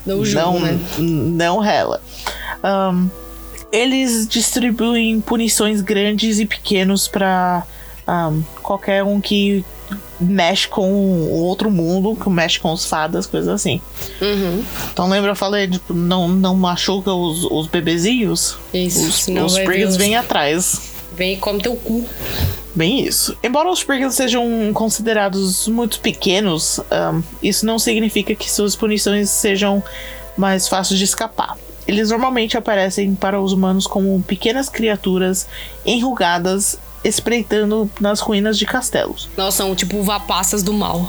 S1: Não
S2: não,
S1: julgo, né?
S2: não rela. Ahn, eles distribuem punições grandes e pequenos pra ahn, qualquer um que mexe com o outro mundo, que mexe com os fadas, coisas assim.
S1: Uhum.
S2: Então lembra eu falei, tipo, não, não machuca os, os bebezinhos?
S1: Isso,
S2: Os,
S1: senão
S2: os
S1: vai ver
S2: Sprigs
S1: os-
S2: vêm atrás.
S1: Vem e come teu cu.
S2: Bem isso. Embora os Purgles sejam considerados muito pequenos, ahn, isso não significa que suas punições sejam mais fáceis de escapar. Eles normalmente aparecem para os humanos como pequenas criaturas enrugadas espreitando nas ruínas de castelos.
S3: Elas
S1: um
S3: são tipo vapaças do mal.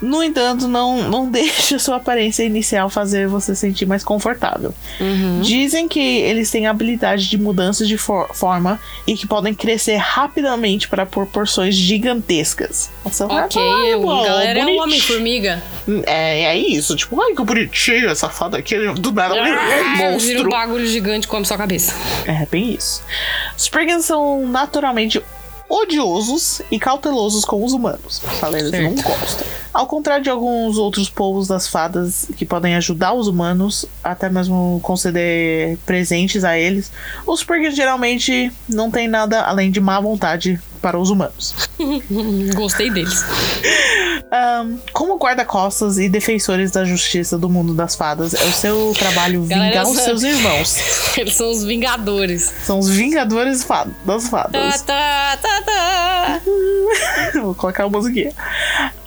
S2: No entanto, não, não deixa sua aparência inicial fazer você sentir mais confortável.
S3: Uhum.
S2: Dizem que eles têm a habilidade de mudança de for- forma e que podem crescer rapidamente para proporções gigantescas. Nossa,
S3: Ok,
S2: ah,
S3: eu,
S2: uau,
S3: galera, é um
S2: bonitinho.
S3: homem-formiga.
S2: É, é isso, tipo, ai que bonitinho essa fada aqui, do
S1: É Ah,
S2: nada, um
S3: Vira um
S2: monstro.
S3: bagulho gigante e come sua cabeça.
S2: É, bem isso. Os Pregans são naturalmente odiosos e cautelosos com os humanos. Falei, eles não
S3: Certo.
S2: gostam. Ao contrário de alguns outros povos das fadas que podem ajudar os humanos, até mesmo conceder presentes a eles, os Pregans geralmente não têm nada além de má vontade para os humanos.
S3: Gostei deles.
S2: Ahn, como guarda-costas e defensores da justiça do mundo das fadas, é o seu trabalho vingar
S3: Galera,
S2: os
S3: essa-
S2: seus irmãos.
S3: Eles são os vingadores.
S2: São os vingadores fa- das
S3: Tá,
S2: fadas.
S3: tá, tá, tá.
S2: Vou colocar a musiquinha.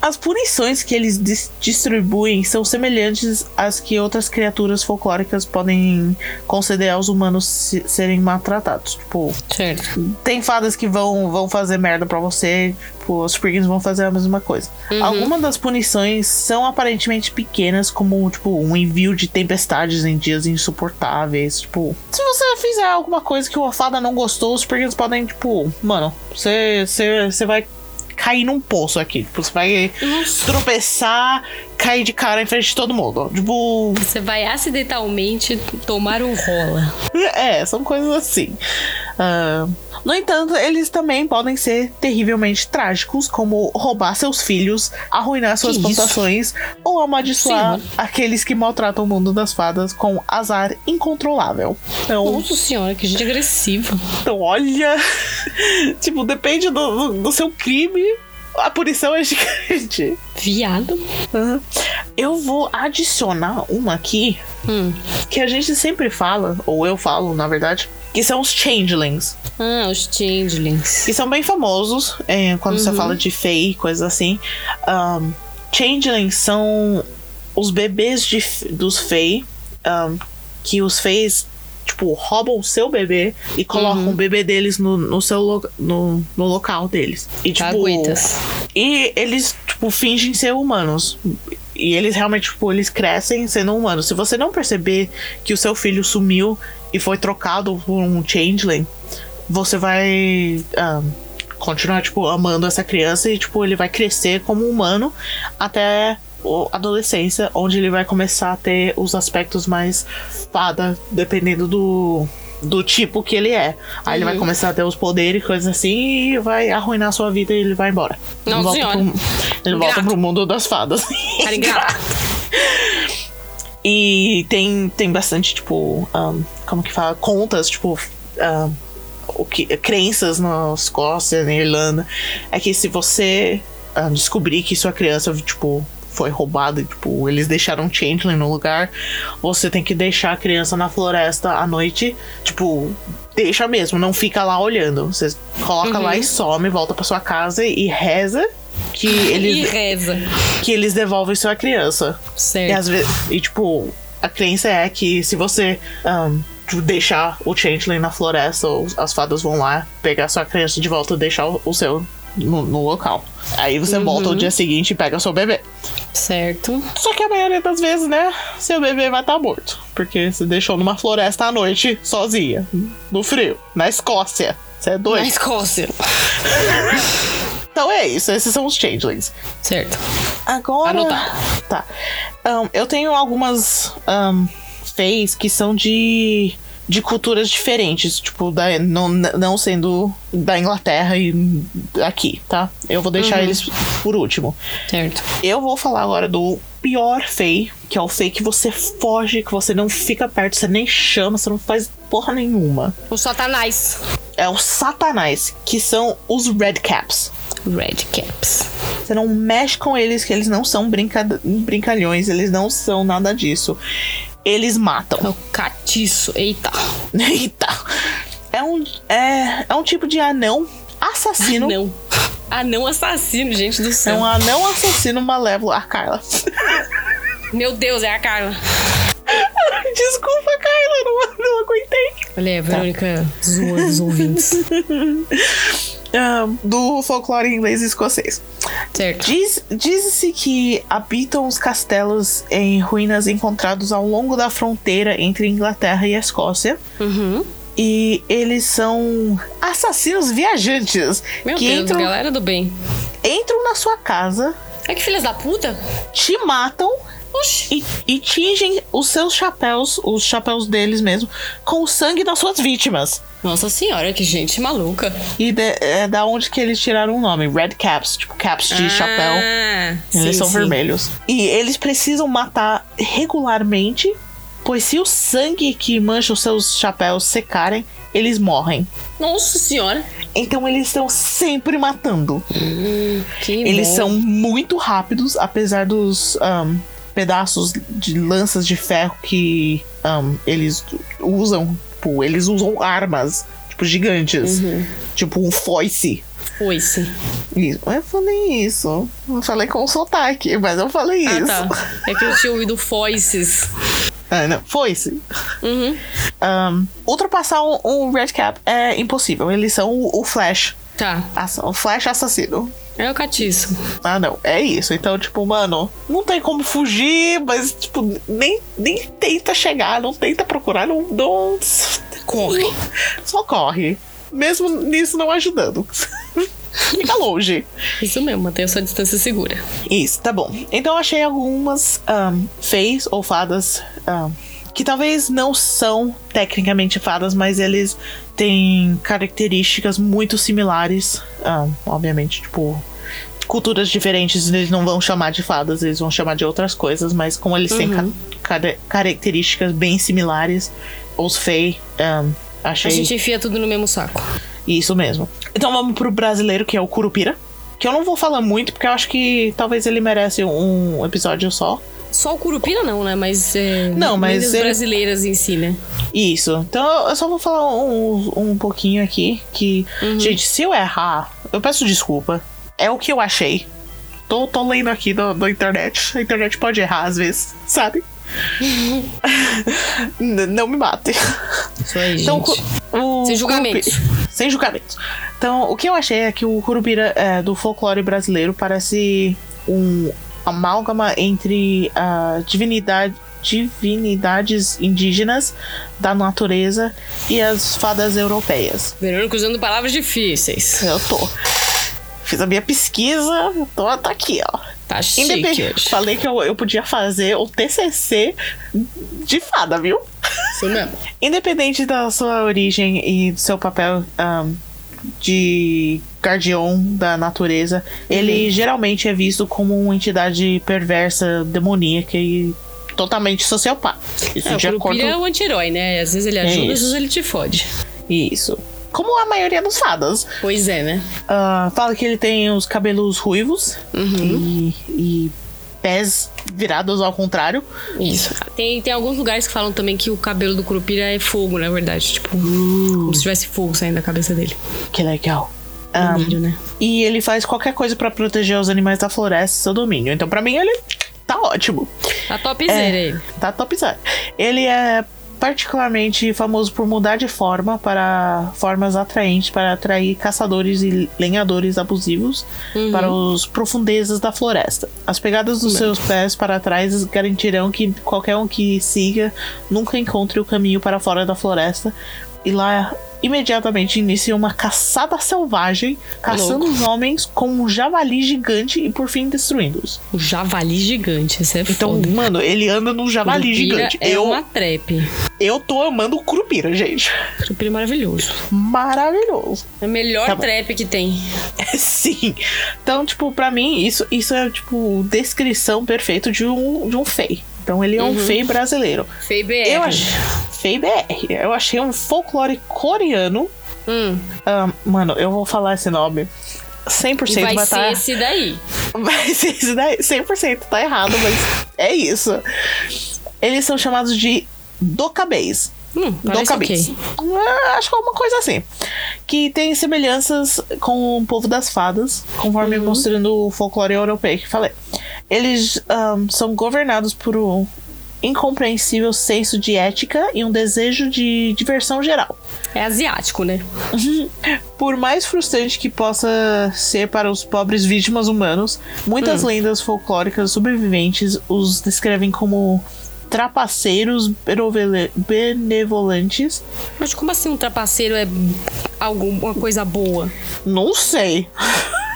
S2: As punições que eles dis- distribuem são semelhantes às que outras criaturas folclóricas podem conceder aos humanos se- serem maltratados. Tipo,
S3: Certo.
S2: tem fadas que vão, vão fazer merda pra você, tipo, os Spriggans vão fazer a mesma coisa. Algumas das punições são aparentemente pequenas, como, tipo, um envio de tempestades em dias insuportáveis, tipo... Se você fizer alguma coisa que uma fada não gostou, os Spriggans podem, tipo... Mano, você você- você vai cair num poço aqui, tipo, você vai tropeçar, cair de cara em frente de todo mundo. Tipo,
S3: Você vai acidentalmente tomar um rola.
S2: É, são coisas assim. Ah, no entanto, eles também podem ser terrivelmente trágicos, como roubar seus filhos, arruinar suas
S3: isso?
S2: plantações ou amaldiçoar
S3: Sim.
S2: aqueles que maltratam o mundo das fadas com azar incontrolável. Então,
S3: Nossa senhora, que gente agressiva.
S2: então olha. tipo, depende do, do- do seu crime, a punição é gigante.
S3: Viado.
S2: Eu vou adicionar uma aqui
S3: Hum.
S2: que a gente sempre fala, ou eu falo, na verdade, que são os changelings.
S3: Ah, os changelings.
S2: que são bem famosos é, quando você fala de fei, coisas assim. Ahn, changelings são os bebês de, f- dos fei, ahn, que os feis, tipo, roubam o seu bebê e colocam o bebê deles no, no seu lo- no, no local deles. E,
S1: Tá
S2: tipo,
S3: Caguetas.
S2: e eles, tipo, fingem ser humanos. E eles realmente, tipo, eles crescem sendo humanos. Se você não perceber que o seu filho sumiu e foi trocado por um changeling, você vai ah, continuar, tipo, amando essa criança e, tipo, ele vai crescer como humano até o- a adolescência, onde ele vai começar a ter os aspectos mais fada, dependendo do. Do tipo que ele é. Aí ele vai começar a ter os poderes e coisas assim e vai arruinar a sua vida e ele vai embora.
S3: Não,
S2: volta
S3: senhora.
S2: pro- ele volta
S3: Grato.
S2: pro mundo das fadas.
S3: Cara ingrata.
S2: E tem, tem bastante, tipo, ahn, como que fala? Contas, tipo, ahn, o que, crenças na Escócia, na Irlanda. É que se você ahn, descobrir que sua criança, tipo, foi roubada, e, tipo, eles deixaram um changeling no lugar, você tem que deixar a criança na floresta à noite, tipo. Deixa mesmo, não fica lá olhando. Você coloca
S3: Uhum.
S2: lá e some, volta pra sua casa e reza que
S3: E
S2: eles,
S3: reza.
S2: que eles devolvem sua criança.
S1: É.
S2: E
S3: Certo.
S2: às vezes. E tipo, a crença é que se você ahn, tipo, deixar o Changeling na floresta, ou as fadas vão lá pegar sua criança de volta e deixar o, o seu no, no local. Aí você volta o dia seguinte e pega seu bebê.
S3: Certo.
S2: Só que a maioria das vezes, né, seu bebê vai estar morto. Porque você deixou numa floresta à noite, sozinha, no frio, na Escócia. Você é doido.
S3: Na Escócia.
S2: Então é isso, esses são os changelings.
S3: Certo.
S2: Agora.
S3: Anotar.
S2: Tá. Ahn, eu tenho algumas um, feis que são de, de culturas diferentes, tipo, da, não, não sendo da Inglaterra e aqui, tá? Eu vou deixar eles por último.
S3: Certo.
S2: Eu vou falar agora do pior fei, que é o fei que você foge, que você não fica perto, você nem chama, você não faz porra nenhuma.
S3: O Satanás.
S2: É o Satanás, que são os Redcaps.
S3: Red Caps.
S2: Você não mexe com eles, que eles não são brincad- brincalhões, eles não são nada disso. Eles matam.
S3: É o catiço. Eita.
S2: Eita. É um, é, é um tipo de anão assassino.
S1: Não. Anão assassino, gente do
S2: É
S1: céu.
S2: um anão assassino malévolo. A Carla.
S1: Meu Deus, é a Carla.
S2: Desculpa, Carla, não, não aguentei.
S1: Olha
S2: Tá.
S1: aí, a Verônica zoando os ouvintes.
S2: Ah, do folclore inglês e escocês.
S1: Certo.
S2: Diz- Diz-se que habitam os castelos em ruínas encontrados ao longo da fronteira entre Inglaterra e a Escócia.
S1: Uhum.
S2: E eles são assassinos viajantes
S1: Meu
S2: que
S1: Deus,
S2: entram,
S1: galera do bem.
S2: entram na sua casa,
S1: É que filhas da puta?
S2: te matam
S1: Oxi.
S2: e, e tingem os seus chapéus, os chapéus deles mesmo, com o sangue das suas vítimas.
S1: Nossa senhora, que gente maluca.
S2: E de- é da onde que eles tiraram o nome? Red caps, tipo caps de chapéu.
S1: Ah,
S2: Eles
S1: sim,
S2: são
S1: sim.
S2: vermelhos. E eles precisam matar regularmente, pois se o sangue que mancha os seus chapéus secarem, eles morrem.
S1: Nossa senhora.
S2: Então eles estão sempre matando.
S1: Que
S2: Eles
S1: bom.
S2: são muito rápidos, apesar dos ahn, pedaços de lanças de ferro que ahn, eles usam. Tipo, eles usam armas, tipo, gigantes.
S1: Uhum.
S2: Tipo um foice.
S1: Foi sim.
S2: Isso. Eu falei isso. Não falei com sotaque, mas eu falei
S1: Ah,
S2: isso.
S1: tá. É que eu tinha ouvido foices.
S2: Ah, não. Foice.
S1: Uhum.
S2: Ahn, ultrapassar um, um Red Cap é impossível. Eles são o, o Flash.
S1: Tá.
S2: Ass- O Flash assassino.
S1: É o catiço.
S2: Ah, não. É isso. Então, tipo, mano, não tem como fugir, mas, tipo, nem, nem tenta chegar, não tenta procurar, não. não corre. Só corre. Mesmo nisso não ajudando. Fica longe.
S1: Isso mesmo, mantenha sua distância segura.
S2: Isso, tá bom. Então eu achei algumas ahn, feis ou fadas ahn, que talvez não são tecnicamente fadas, mas eles têm características muito similares. ahn, obviamente, tipo, culturas diferentes, eles não vão chamar de fadas, eles vão chamar de outras coisas, mas como eles têm
S1: Uhum.
S2: ca- cara- características bem similares, os fei. ahn,
S1: A
S2: achei
S1: gente enfia tudo no mesmo saco.
S2: isso mesmo. Então vamos pro brasileiro, que é o Curupira. Que eu não vou falar muito, porque eu acho que talvez ele merece um episódio só.
S1: Só o Curupira não, né? Mas. é,
S2: Não, mas
S1: lendas
S2: ele-
S1: brasileiras em si, né?
S2: Isso. Então eu só vou falar um, um pouquinho aqui. Que, gente, se eu errar, eu peço desculpa. É o que eu achei. Tô, tô lendo aqui da da internet. A internet pode errar às vezes, sabe? N- não me mate.
S1: Isso aí,
S2: Então,
S1: gente.
S2: cu- o
S1: Sem julgamentos.
S2: Curupi- Sem julgamentos. Então, o que eu achei é que o Curupira é, do folclore brasileiro parece um amálgama entre a divinidade divinidades indígenas da natureza e as fadas europeias.
S1: Verônica usando palavras difíceis.
S2: Eu tô. Fiz a minha pesquisa, tô, tá aqui, ó.
S1: Tá chique
S2: Independente.
S1: hoje.
S2: Falei que eu, eu podia fazer o TCC de fada, viu? assim
S1: Isso mesmo.
S2: Independente da sua origem e do seu papel ahn, de guardião da natureza, ele geralmente é visto como uma entidade perversa, demoníaca e totalmente sociopata. Isso
S1: É, o
S2: de
S1: Curupira
S2: acordo
S1: é o anti-herói, né? Às vezes ele ajuda, às
S2: isso.
S1: vezes ele te fode.
S2: isso. Como a maioria dos fadas.
S1: Pois é, né?
S2: Ah, fala que ele tem os cabelos ruivos e, e pés virados ao contrário.
S1: Isso. Tem, tem alguns lugares que falam também que o cabelo do Curupira é fogo, na verdade. Tipo,
S2: Uh.
S1: como se tivesse fogo saindo da cabeça dele.
S2: Que legal. Ahn,
S1: Vermelho, né?
S2: e ele faz qualquer coisa pra proteger os animais da floresta e seu domínio. Então, pra mim, ele tá ótimo.
S1: A topzera ele.
S2: Tá topzera. Ele é particularmente famoso por mudar de forma para formas atraentes para atrair caçadores e lenhadores abusivos
S1: Uhum.
S2: para as profundezas da floresta. As pegadas dos seus pés para trás garantirão que qualquer um que siga nunca encontre o caminho para fora da floresta e lá imediatamente inicia uma caçada selvagem, caçando os homens com um javali gigante e por fim destruindo-os.
S1: O javali gigante, isso é
S2: Então,
S1: foda.
S2: mano, ele anda num javali
S1: Curupira
S2: gigante.
S1: É
S2: eu,
S1: uma trap.
S2: eu tô amando o Curupira, gente.
S1: Curupira é maravilhoso.
S2: Maravilhoso.
S1: É a melhor
S2: Tá bom.
S1: trap que tem.
S2: Sim. Então, tipo, pra mim, isso, isso é, tipo, descrição perfeita de um, de um fei. Então, ele é
S1: Uhum.
S2: um fei brasileiro.
S1: Fei BR.
S2: Eu achei. Fei BR. Eu achei um folclore coreano.
S1: Hum,
S2: Ah, mano, eu vou falar esse nome. 100%
S1: e vai ser
S2: estar.
S1: esse daí.
S2: tá Vai ser isso daí. 100% tá errado, mas é isso. Eles são chamados de docabês.
S3: Hum,
S2: Dom
S3: parece
S2: Cabins.
S3: ok.
S2: Ah, Acho que é uma coisa assim. Que tem semelhanças com o povo das fadas,
S3: Uhum.
S2: conforme mostrando o folclore europeu que falei. Eles ahm, são governados por um incompreensível senso de ética e um desejo de diversão geral.
S3: É asiático, né?
S2: Por mais frustrante que possa ser para os pobres vítimas humanos, muitas
S3: Hum.
S2: lendas folclóricas sobreviventes os descrevem como trapaceiros benovele- benevolentes.
S3: Mas como assim um trapaceiro é alguma coisa boa?
S2: Não sei.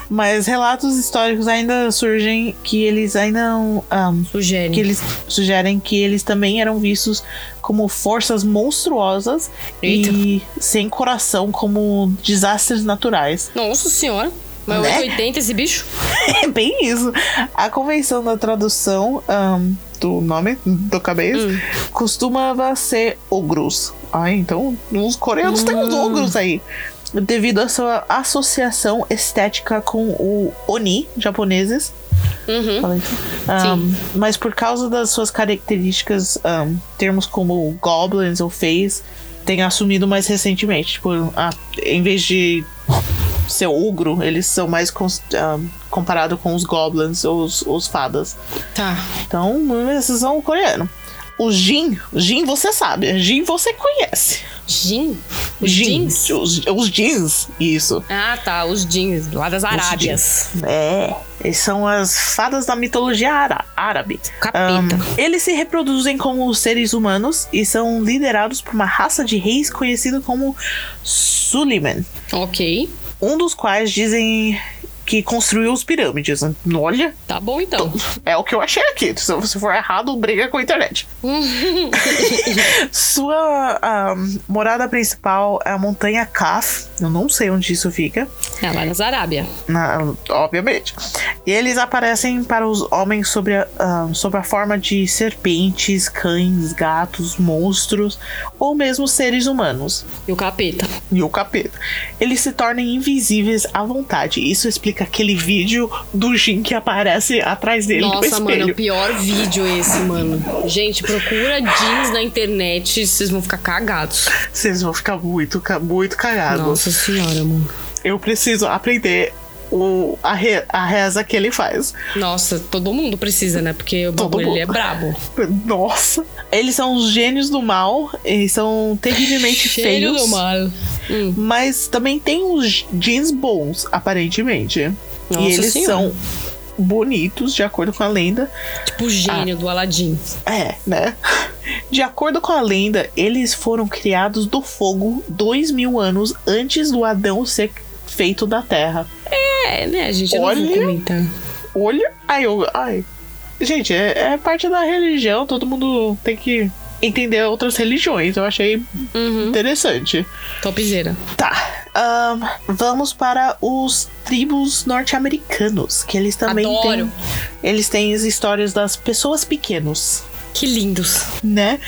S2: Mas relatos históricos ainda surgem que eles ainda não, ahm,
S3: Sugere.
S2: que eles sugerem que eles também eram vistos como forças monstruosas e sem coração como desastres naturais.
S3: Nossa senhora. Mas
S2: Né?
S3: 880 esse bicho?
S2: É bem isso. A convenção da tradução ahm, do nome do cabeça costumava ser ogros. Ah, então os coreanos têm uns ogros aí. Devido à sua associação estética com o Oni, japoneses.
S3: Uhum.
S2: Falei isso? Ahm, mas por causa das suas características, ahm, termos como goblins ou fays têm assumido mais recentemente. Tipo, a- em vez de ser ogro, eles são mais cons- ahm, comparado com os goblins ou os, os fadas.
S3: Tá.
S2: Então, esses são coreano. O Jin, Jin você sabe, Jin você conhece.
S3: Jean? Os
S2: Jin,
S3: jeans?
S2: Os, os jeans, isso.
S3: Ah, tá. Os jeans lá das Arábias.
S2: É, eles são as fadas da mitologia ara- árabe.
S3: Capeta.
S2: Ahn, eles se reproduzem como seres humanos e são liderados por uma raça de reis conhecido como Suliman,
S3: Ok.
S2: um dos quais dizem que construiu os pirâmides. Olha,
S3: Tá bom então.
S2: é o que eu achei aqui. Se você for errado, briga com a internet. Sua ahn, morada principal é a montanha Kaf. Eu não sei onde isso fica.
S3: É lá nas Arábia.
S2: Na- obviamente. E eles aparecem para os homens sobre a, ah, sob a forma de serpentes, cães, gatos, monstros ou mesmo seres humanos.
S3: E o capeta.
S2: E o capeta. Eles se tornam invisíveis à vontade. Isso explica aquele vídeo do Jin que aparece atrás dele no
S3: Nossa, mano, é o
S2: espelho.
S3: pior vídeo esse, mano. Gente, procura jeans na internet, vocês vão ficar cagados.
S2: Vocês vão ficar muito, ca- muito cagados.
S3: Nossa senhora, mano.
S2: Eu preciso aprender o, a, re- a reza que ele faz.
S3: Nossa, todo mundo precisa, né? Porque o
S2: Todo
S3: bagulho ele é
S2: mundo.
S3: brabo.
S2: Nossa. Eles são os gênios do mal. Eles são terrivelmente
S3: Cheiro
S2: feios.
S3: do mal. Hum.
S2: Mas também tem os jeans bons, aparentemente.
S3: Nossa
S2: e eles
S3: Senhora.
S2: são bonitos, de acordo com a lenda.
S3: Tipo o gênio
S2: Ah.
S3: do Aladdin.
S2: É, né? De acordo com a lenda, eles foram criados do fogo dois mil anos antes do Adão ser feito da Terra.
S3: É, né, gente? Eu não vou
S2: Olha.
S3: comentar.
S2: Olha, ai, eu, ai. Gente, é, é parte da religião, todo mundo tem que entender outras religiões. Eu achei
S3: Uhum.
S2: interessante.
S3: Topzera.
S2: Tá. ahn, vamos para os tribos norte-americanos, que eles também
S3: Adoro.
S2: têm. Eles têm as histórias das pessoas pequenos,
S3: Que lindos.
S2: né?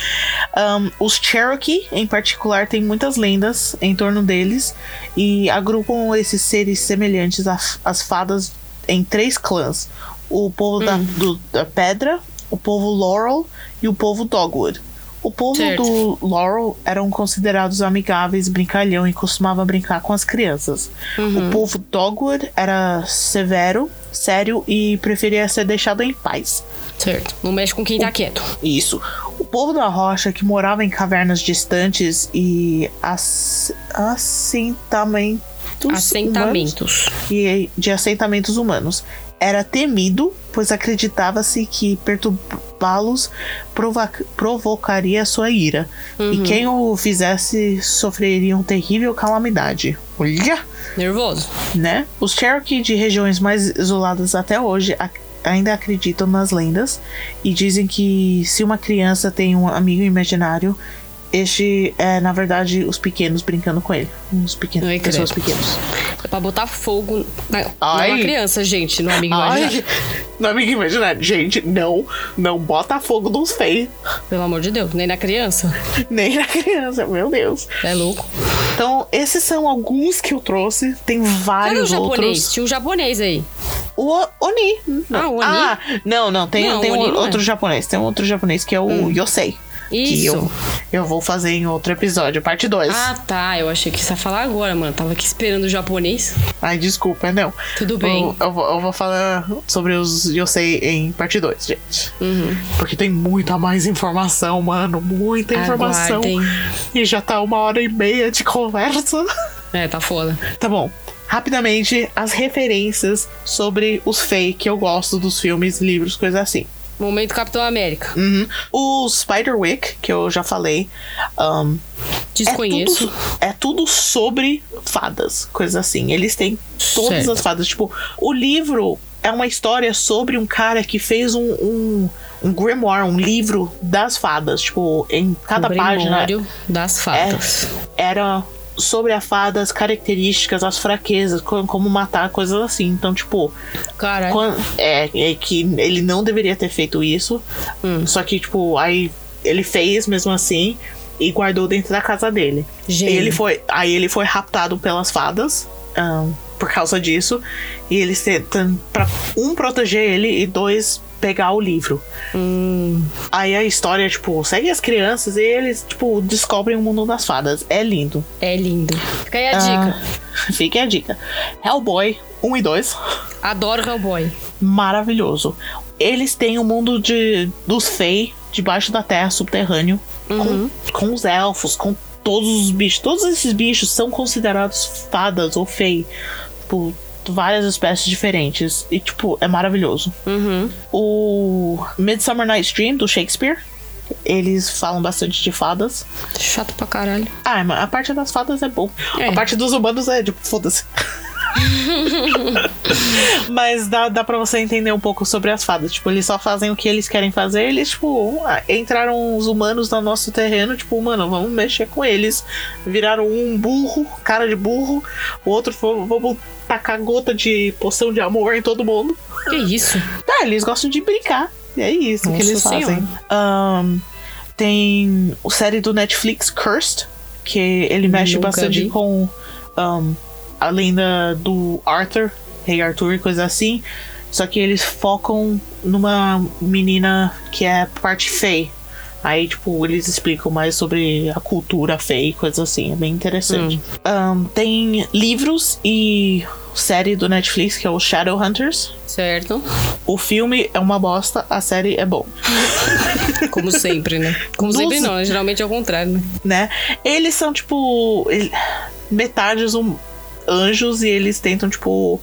S2: Ahn, os Cherokee, em particular, têm muitas lendas em torno deles e agrupam esses seres semelhantes a- às fadas em três clãs: o povo da, do- da pedra, o povo Laurel e o povo Dogwood. O povo
S3: Certo.
S2: do o Laurel eram considerados amigáveis, brincalhão e costumava brincar com as crianças. O povo Dogwood era severo, sério e preferia ser deixado em paz.
S3: Certo. Não mexe com quem tá quieto.
S2: Isso. O povo da rocha, que morava em cavernas distantes e as- assentamentos humanos-
S3: Assentamentos.
S2: e de assentamentos humanos, era temido, pois acreditava-se que perturbá-los provo- provocaria sua ira. E quem o fizesse sofreria uma terrível calamidade. Olha!
S3: Nervoso.
S2: né? Os Cherokee de regiões mais isoladas até hoje ac- ainda acreditam nas lendas e dizem que se uma criança tem um amigo imaginário, este é na verdade os pequenos brincando com ele. Os pequenos,
S3: Ai,
S2: pessoas pequenas.
S3: É pra botar fogo na,
S2: Ai.
S3: numa criança, gente. No amigo imaginário.
S2: Ai, não é amigo imaginário. Gente, não, não bota fogo nos feios.
S3: Pelo amor de Deus. Nem na criança.
S2: Nem na criança, meu Deus.
S3: É louco.
S2: Então, esses são alguns que eu trouxe. Tem
S3: Cadê o
S2: vários
S3: japonês?
S2: outros.
S3: Tinha um japonês aí.
S2: O O- Oni.
S3: Ah, o Oni?
S2: não, não. Tem,
S3: Não,
S2: tem
S3: o Oni
S2: um
S3: não é. Hum.
S2: outro japonês. Tem um outro japonês que é o Yosei. Que
S3: Isso.
S2: eu, eu vou fazer em outro episódio, parte 2.
S3: Ah, tá. Eu achei que você ia falar agora, mano. Tava aqui esperando o japonês.
S2: Ai, desculpa, não.
S3: Tudo bem.
S2: Eu, eu vou- eu vou falar sobre os Yosei em parte 2, gente.
S3: Uhum.
S2: Porque tem muita mais informação, mano. Muita informação.
S3: Aguardem.
S2: E já tá uma hora e meia de conversa.
S3: É, tá foda.
S2: Tá bom. Rapidamente, as referências sobre os fake que eu gosto dos filmes, livros, coisa assim.
S3: Momento Capitão América.
S2: Uhum. O Spiderwick, que eu já falei, ahn,
S3: Desconheço.
S2: É tudo, é tudo sobre fadas, coisas assim. Eles têm todas
S3: Certo.
S2: as fadas. Tipo, o livro é uma história sobre um cara que fez um, um, um grimoire, um livro das fadas. Tipo, em cada
S3: o
S2: página
S3: Um
S2: É.
S3: Grimório das fadas.
S2: era sobre a fada, as características, as fraquezas, co- como matar, coisas assim. Então, tipo,
S3: Caralho.
S2: Quan- é, é que ele não deveria ter feito isso.
S3: Hum.
S2: Só que, tipo, aí ele fez mesmo assim e guardou dentro da casa dele.
S3: Gênio.
S2: E ele foi, aí ele foi raptado pelas fadas ahn, por causa disso. E eles tentam pra um proteger ele e dois pegar o livro. Aí a história, tipo, segue as crianças e eles, tipo, descobrem o mundo das fadas. É lindo.
S3: É lindo. Fica aí a dica.
S2: Ah, Fiquem a dica. Hellboy 1 e 2.
S3: Adoro Hellboy.
S2: maravilhoso. Eles têm o mundo de, dos Fey debaixo da terra, subterrâneo, com, com os elfos, com todos os bichos. Todos esses bichos são considerados fadas ou Fey, por várias espécies diferentes. E, tipo, é maravilhoso. O Midsummer Night's Dream, do Shakespeare, eles falam bastante de fadas.
S3: Chato pra caralho.
S2: Ah, mas a parte das fadas é bom.
S3: É.
S2: A parte dos humanos é tipo, foda-se. Mas dá, dá pra você entender um pouco sobre as fadas. Tipo, eles só fazem o que eles querem fazer. Eles, tipo, ah, entraram os humanos no nosso terreno. Tipo, mano, vamos mexer com eles. Viraram um burro, cara de burro. O outro, foi, vamos tacar gota de poção de amor em todo mundo.
S3: Que isso?
S2: Ah, eles gostam de brincar. E é isso
S3: Nossa
S2: que eles fazem.
S3: Senhora.
S2: Ahn, tem o série do Netflix Cursed, que ele mexe
S3: Nunca
S2: bastante
S3: vi.
S2: com ahn, a lenda do Arthur, Rei Arthur e coisa assim. Só que eles focam numa menina que é parte feia. Aí, tipo, eles explicam mais sobre a cultura feia e coisas assim. É bem interessante.
S3: Hum.
S2: Ahn, tem livros e série do Netflix, que é o Shadowhunters.
S3: Certo.
S2: O filme é uma bosta, a série é bom,
S3: Como sempre, né? Como
S2: Nossa.
S3: sempre não, né? Geralmente é o contrário, né?
S2: né? Eles são, tipo, ele- metades um, anjos e eles tentam, tipo,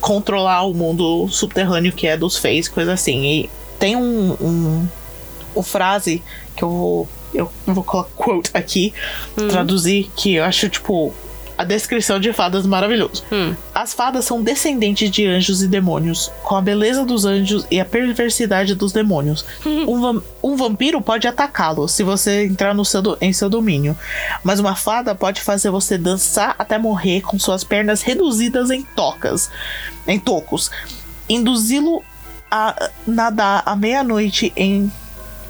S2: controlar o mundo subterrâneo que é dos Fays, coisa assim. E tem um, um, uma frase que eu vou, eu vou colocar quote aqui, traduzir, que eu acho, tipo, a descrição de fadas maravilhoso. As fadas são descendentes de anjos e demônios, com a beleza dos anjos e a perversidade dos demônios. Um, vam- um vampiro pode atacá-lo se você entrar no seu, do- em seu domínio, mas uma fada pode fazer você dançar até morrer com suas pernas reduzidas em tocas, em tocos, induzi-lo a nadar à meia-noite em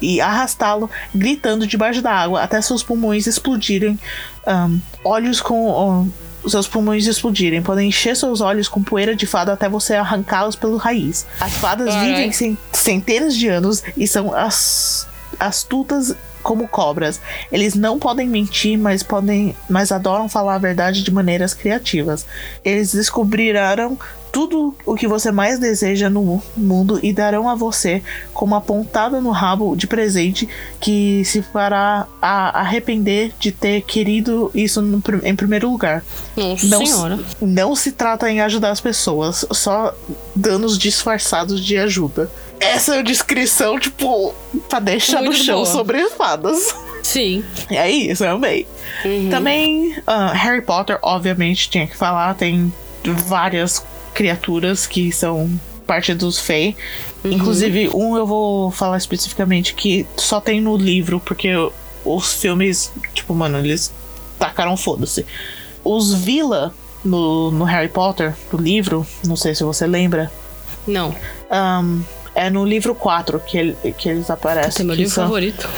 S2: e arrastá-lo, gritando debaixo da água até seus pulmões explodirem. ahn, olhos com. ahn, seus pulmões explodirem. Podem encher seus olhos com poeira de fada até você arrancá-los pelo raiz. As fadas
S3: Carai.
S2: vivem cen- centenas de anos e são as, astutas como cobras. Eles não podem mentir, mas podem, mas adoram falar a verdade de maneiras criativas. Eles descobriram tudo o que você mais deseja no mu- mundo e darão a você como uma pontada no rabo de presente que se fará a- arrepender de ter querido isso no prim- em primeiro lugar.
S3: Nossa
S2: Não,
S3: senhora.
S2: se- não se trata em ajudar as pessoas, só danos disfarçados de ajuda. Essa é a descrição, tipo, pra deixar no
S3: Muito
S2: chão
S3: boa.
S2: sobre fadas.
S3: Sim.
S2: É isso, eu amei.
S3: Uhum.
S2: Também, ah, Harry Potter, obviamente, tinha que falar, tem várias criaturas que são parte dos Fey.
S3: Uhum.
S2: Inclusive, um eu vou falar especificamente que só tem no livro, porque os filmes, tipo, mano, eles tacaram foda-se. Os Vila no, no Harry Potter, no livro, não sei se você lembra,
S3: Não.
S2: ahn, é no livro 4 que, ele- que eles
S3: Esse é
S2: aparecem.
S3: meu
S2: que
S3: livro
S2: são-
S3: favorito.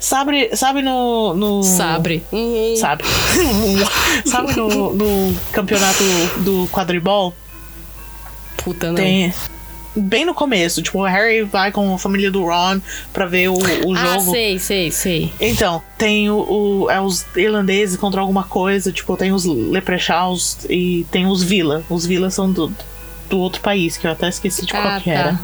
S2: Sabe, sabe no, no.
S3: Sabre. Hum,
S2: sabe? sabe no, no campeonato do quadribol?
S3: Puta, não.
S2: Tem, bem no começo. Tipo, o Harry vai com a família do Ron pra ver o, o
S3: Ah,
S2: um jogo.
S3: sei, sei, sei.
S2: Então, tem o, o- é os irlandeses contra alguma coisa, tipo, tem os leprechauns e tem os vila. Os vila são do, do outro país, que eu até esqueci de qual
S3: Ah,
S2: que
S3: tá.
S2: era.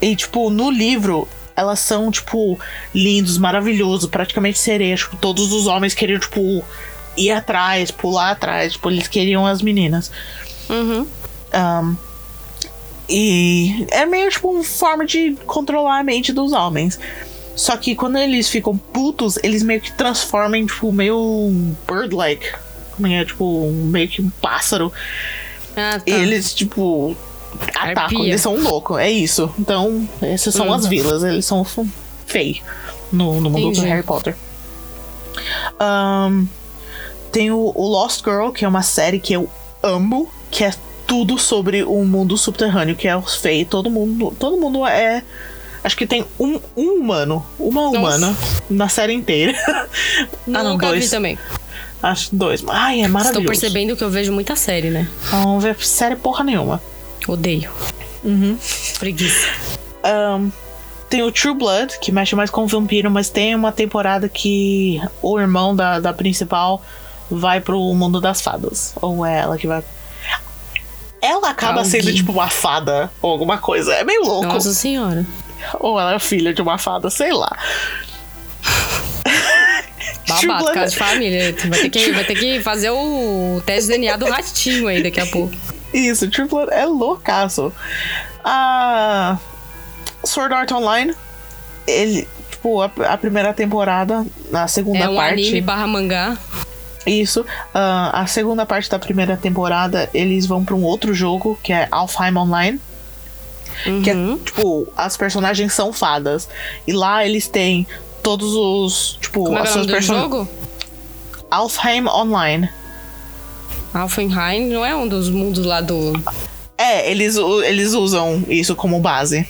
S2: E, tipo, no livro, elas são, tipo, lindos, maravilhosos, praticamente sereias. Tipo, todos os homens queriam, tipo, ir atrás, pular atrás. Tipo, eles queriam as meninas.
S3: Uhum.
S2: Ahn, e é meio tipo uma forma de controlar a mente dos homens. Só que quando eles ficam putos, eles meio que transformam em, tipo, meio um bird-like. Como é, tipo, um- meio que um pássaro.
S3: Ah, tá.
S2: E eles, tipo, atacam.
S3: Arpia.
S2: Eles são loucos, é isso. Então, essas são
S3: Uhum.
S2: as vilas. Eles são feios no, no mundo do
S3: Entendi.
S2: Harry Potter. Ahn, tem o, o Lost Girl, que é uma série que eu amo, que é tudo sobre o mundo subterrâneo, que é os feios. Todo mundo, todo mundo é. Acho que tem um, um humano, uma humana na série inteira. ah, não,
S3: Nunca
S2: dois.
S3: vi também.
S2: Acho dois. Ai, é
S3: Estou
S2: maravilhoso.
S3: percebendo que eu vejo muita série, né?
S2: Não vê série porra nenhuma.
S3: Odeio. Uhum. Preguiça.
S2: Ahn, tem o True Blood, que mexe mais com vampiro, mas tem uma temporada que o irmão da, da principal vai pro mundo das fadas. Ou é ela que vai. Ela acaba
S3: Alguém.
S2: sendo tipo uma fada ou alguma coisa. É meio louco.
S3: Nossa senhora.
S2: Ou ela é filha de uma fada, sei lá. True
S3: Babado,
S2: Blood-
S3: casa de família. Tu Vai ter, que, vai ter que fazer o teste de DNA do ratinho aí daqui a pouco.
S2: Isso, True Blood é loucaço. A Sword Art Online, ele. Tipo, a, a primeira temporada, na segunda
S3: é um
S2: parte.
S3: anime barra mangá.
S2: Isso. Ah, a segunda parte da primeira temporada, eles vão pra um outro jogo, que é Alfheim Online. Que é,
S3: Uhum.
S2: tipo, as personagens são fadas. E lá eles têm todos os. Tipo,
S3: Como é que
S2: as
S3: é o nome
S2: suas
S3: do
S2: personagens.
S3: jogo?
S2: Alfheim Online.
S3: Alfenheim não é um dos mundos lá do.
S2: É, eles, u- eles usam isso como base.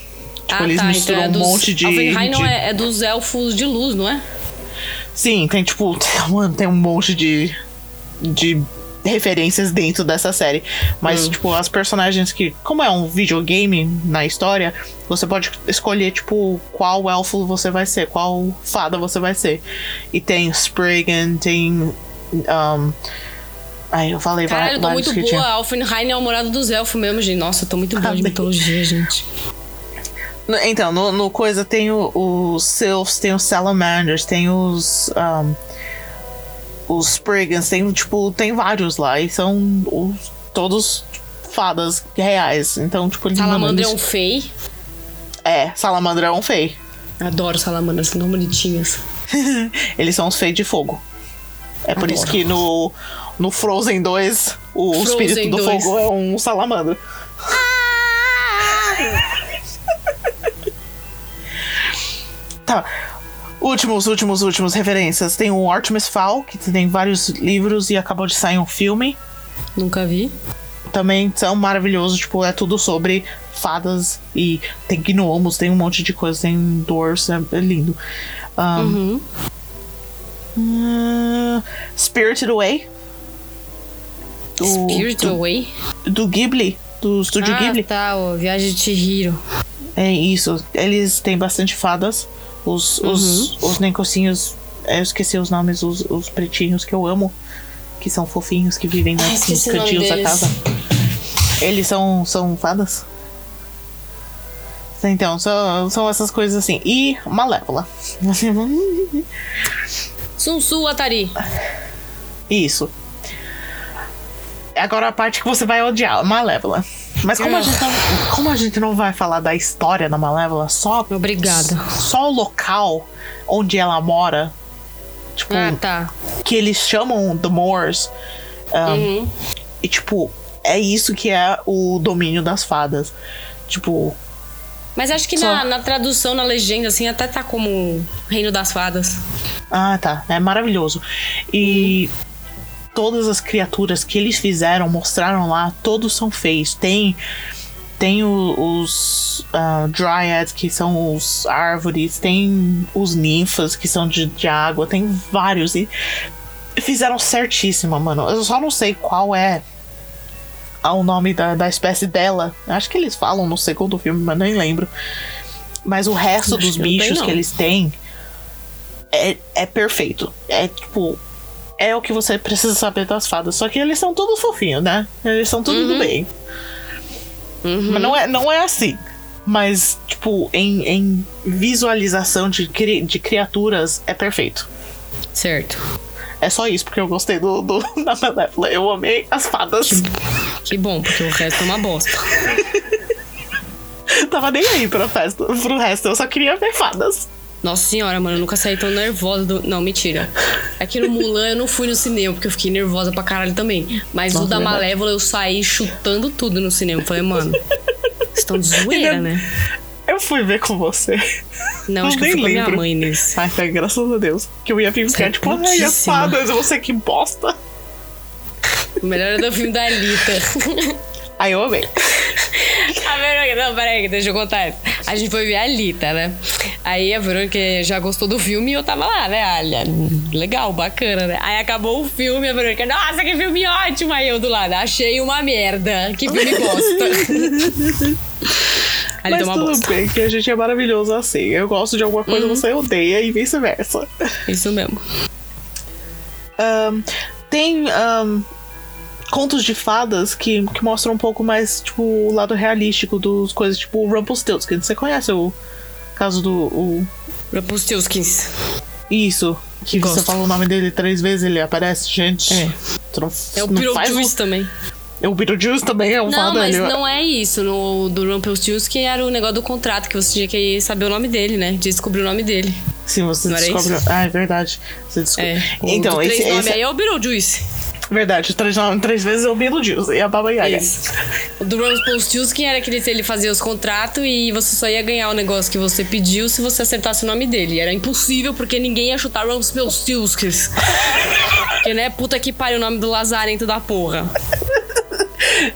S2: Tipo, eles misturam
S3: é
S2: um monte de.
S3: Alfenheim não
S2: de-
S3: é, é dos elfos de luz, não é?
S2: Sim, tem tipo, mano, tem um monte de, de referências dentro dessa série.
S3: Hum.
S2: Mas, tipo, as personagens que. Como é um videogame na história, você pode escolher, tipo, qual elfo você vai ser, qual fada você vai ser. E tem Spriggan, tem. Um, aí eu falei va-
S3: Caralho, eu tô
S2: vários
S3: muito
S2: que
S3: boa.
S2: tinha.
S3: Alfenheim é o morado dos elfos mesmo, gente. Nossa, eu tô muito boa de
S2: Amei.
S3: mitologia, gente.
S2: No- Então, no, no coisa tem o- os Sylphs, tem os Salamanders, tem os. ahn, os Spriggans, tem tipo, tem vários lá. E são os- todos fadas reais. Então, tipo, eles
S3: Salamandra é
S2: mandam
S3: um fei.
S2: eles- É, Salamandra é um fei.
S3: Adoro salamandras, são tão bonitinhas.
S2: Eles são os fei de fogo. É por
S3: Adoro.
S2: isso que no, no Frozen 2, o
S3: Frozen
S2: espírito do
S3: 2.
S2: fogo é um salamandra. Tá. Últimos, últimos, últimos referências. Tem o Artemis Fowl, que tem vários livros e acabou de sair um filme.
S3: Nunca vi.
S2: Também são maravilhosos, tipo, é tudo sobre fadas e tem gnomos, tem um monte de coisa, tem dwarfs, é, é lindo. Ahn,
S3: Uhum.
S2: Hum, Spirited Away. Do,
S3: Spirit
S2: do,
S3: Away?
S2: do Ghibli. Do estúdio
S3: ah,
S2: Ghibli.
S3: tá, ó, Viagem de Chihiro.
S2: É isso. Eles têm bastante fadas. Os, os, os negocinhos. é, Eu esqueci os nomes, os, os pretinhos que eu amo. Que são fofinhos, que vivem
S1: Ah,
S2: nas, nos
S1: esqueci o nome
S2: cantinhos da
S1: deles.
S2: casa. Eles são, são fadas? Então, são, são essas coisas assim. E Malévola.
S3: Sunsu Atari.
S2: Ah, Isso. Agora a parte que você vai odiar, Malévola. Mas como a,
S3: Ah.
S2: gente não, como a gente não vai falar da história da Malévola, só.
S3: Obrigada.
S2: Só o local onde ela mora. Tipo,
S3: Ah, tá.
S2: que eles chamam The Moors. um,
S3: Uhum.
S2: E, tipo, é isso que é o domínio das fadas. Tipo,
S3: Mas acho que
S2: Só.
S3: na, na tradução, na legenda, assim, até tá como Reino das Fadas.
S2: Ah, tá. É maravilhoso. E todas as criaturas que eles fizeram, mostraram lá, todos são feios. Tem tem o- os ah, dryads, que são os árvores, tem os ninfas, que são de, de água, tem vários. E fizeram certíssima, mano. Eu só não sei qual é ao nome da, da espécie dela. Acho que eles falam no segundo filme, mas nem lembro. Mas o resto
S1: Acho
S2: dos
S1: que não tem,
S2: bichos
S1: não.
S2: que eles têm é, é perfeito. É tipo. É o que você precisa saber das fadas. Só que eles são todos fofinhos, né? Eles são tudo
S1: Uhum.
S2: do bem. Mas
S1: Hum.
S2: não é, não é assim. Mas, tipo, em, em visualização de, cri- de criaturas é perfeito.
S1: Certo.
S2: É só isso, porque eu gostei do, do, da Malévola. Eu amei as fadas.
S1: Que bom, porque o resto é uma bosta.
S2: Tava nem aí pra festa, pro resto. Eu só queria ver fadas.
S1: Nossa senhora, mano, eu nunca saí tão nervosa do... Não, mentira. Aqui no Mulan eu não fui no cinema, porque eu fiquei nervosa pra caralho também. Mas
S2: Nossa,
S1: o da
S2: verdade.
S1: Malévola eu saí chutando tudo no cinema. Falei, mano, vocês estão de zoeira,
S2: Ainda-
S1: né?
S2: Eu fui ver com você.
S1: Não, acho que eu
S2: nem
S1: fui com a minha
S2: lembro.
S1: mãe nesse.
S2: Ai, tá, graças a Deus. Que eu ia
S1: Você é
S2: ficar, tipo, ai, as
S1: putíssima."
S2: fadas, você que bosta.
S1: O melhor era do filme da Anitta.
S2: Aí eu amei.
S1: A Verônica, não, peraí, deixa eu contar. isso. A gente foi ver a Alita, né? Aí a Verônica já gostou do filme e eu tava lá, né? Olha, legal, bacana, né? Aí acabou o filme, a Verônica, nossa, que filme ótimo! Aí eu do lado, achei uma merda. Que filme bosta. Ali
S2: Mas
S1: uma
S2: tudo
S1: bosta. Uhum.
S2: bem, que a gente é maravilhoso assim. Eu gosto de alguma coisa, você odeia e vice-versa.
S1: Isso mesmo.
S2: Ahn, tem ahn, contos de fadas que, que mostram um pouco mais, tipo, o lado realístico dos coisas, tipo o Rumpelstiltskin. Você conhece o caso do... o-
S1: Rapustilskins.
S2: Isso. Que
S1: Gosto.
S2: você fala o nome dele três vezes ele aparece, gente.
S1: É.
S2: Tu não-
S1: É o
S2: não faz um
S1: Beetlejuice também.
S2: É O Beetlejuice também é um
S1: Não,
S2: fada.
S1: mas
S2: ele-
S1: não é isso. No, do Rumpelstiltskin era o negócio do contrato, que você tinha que saber o nome dele, né? De descobrir o nome dele.
S2: Sim, você
S1: não era
S2: descobre.
S1: isso?
S2: Ah, é verdade. Você descobre.
S1: É. O
S2: Então,
S1: do
S2: esse,
S1: três nome
S2: esse-
S1: aí é o Beetlejuice.
S2: Verdade, o três, nome- três vezes é o Beetlejuice e a Baba Yaga.
S1: Isso. O do Rumpelstiltskin era aquele que ele fazia os contratos e você só ia ganhar o negócio que você pediu se você acertasse o nome dele. Era impossível porque ninguém ia chutar Rumpelstiltskin. Porque, né, puta que pariu o nome do lazarento da porra.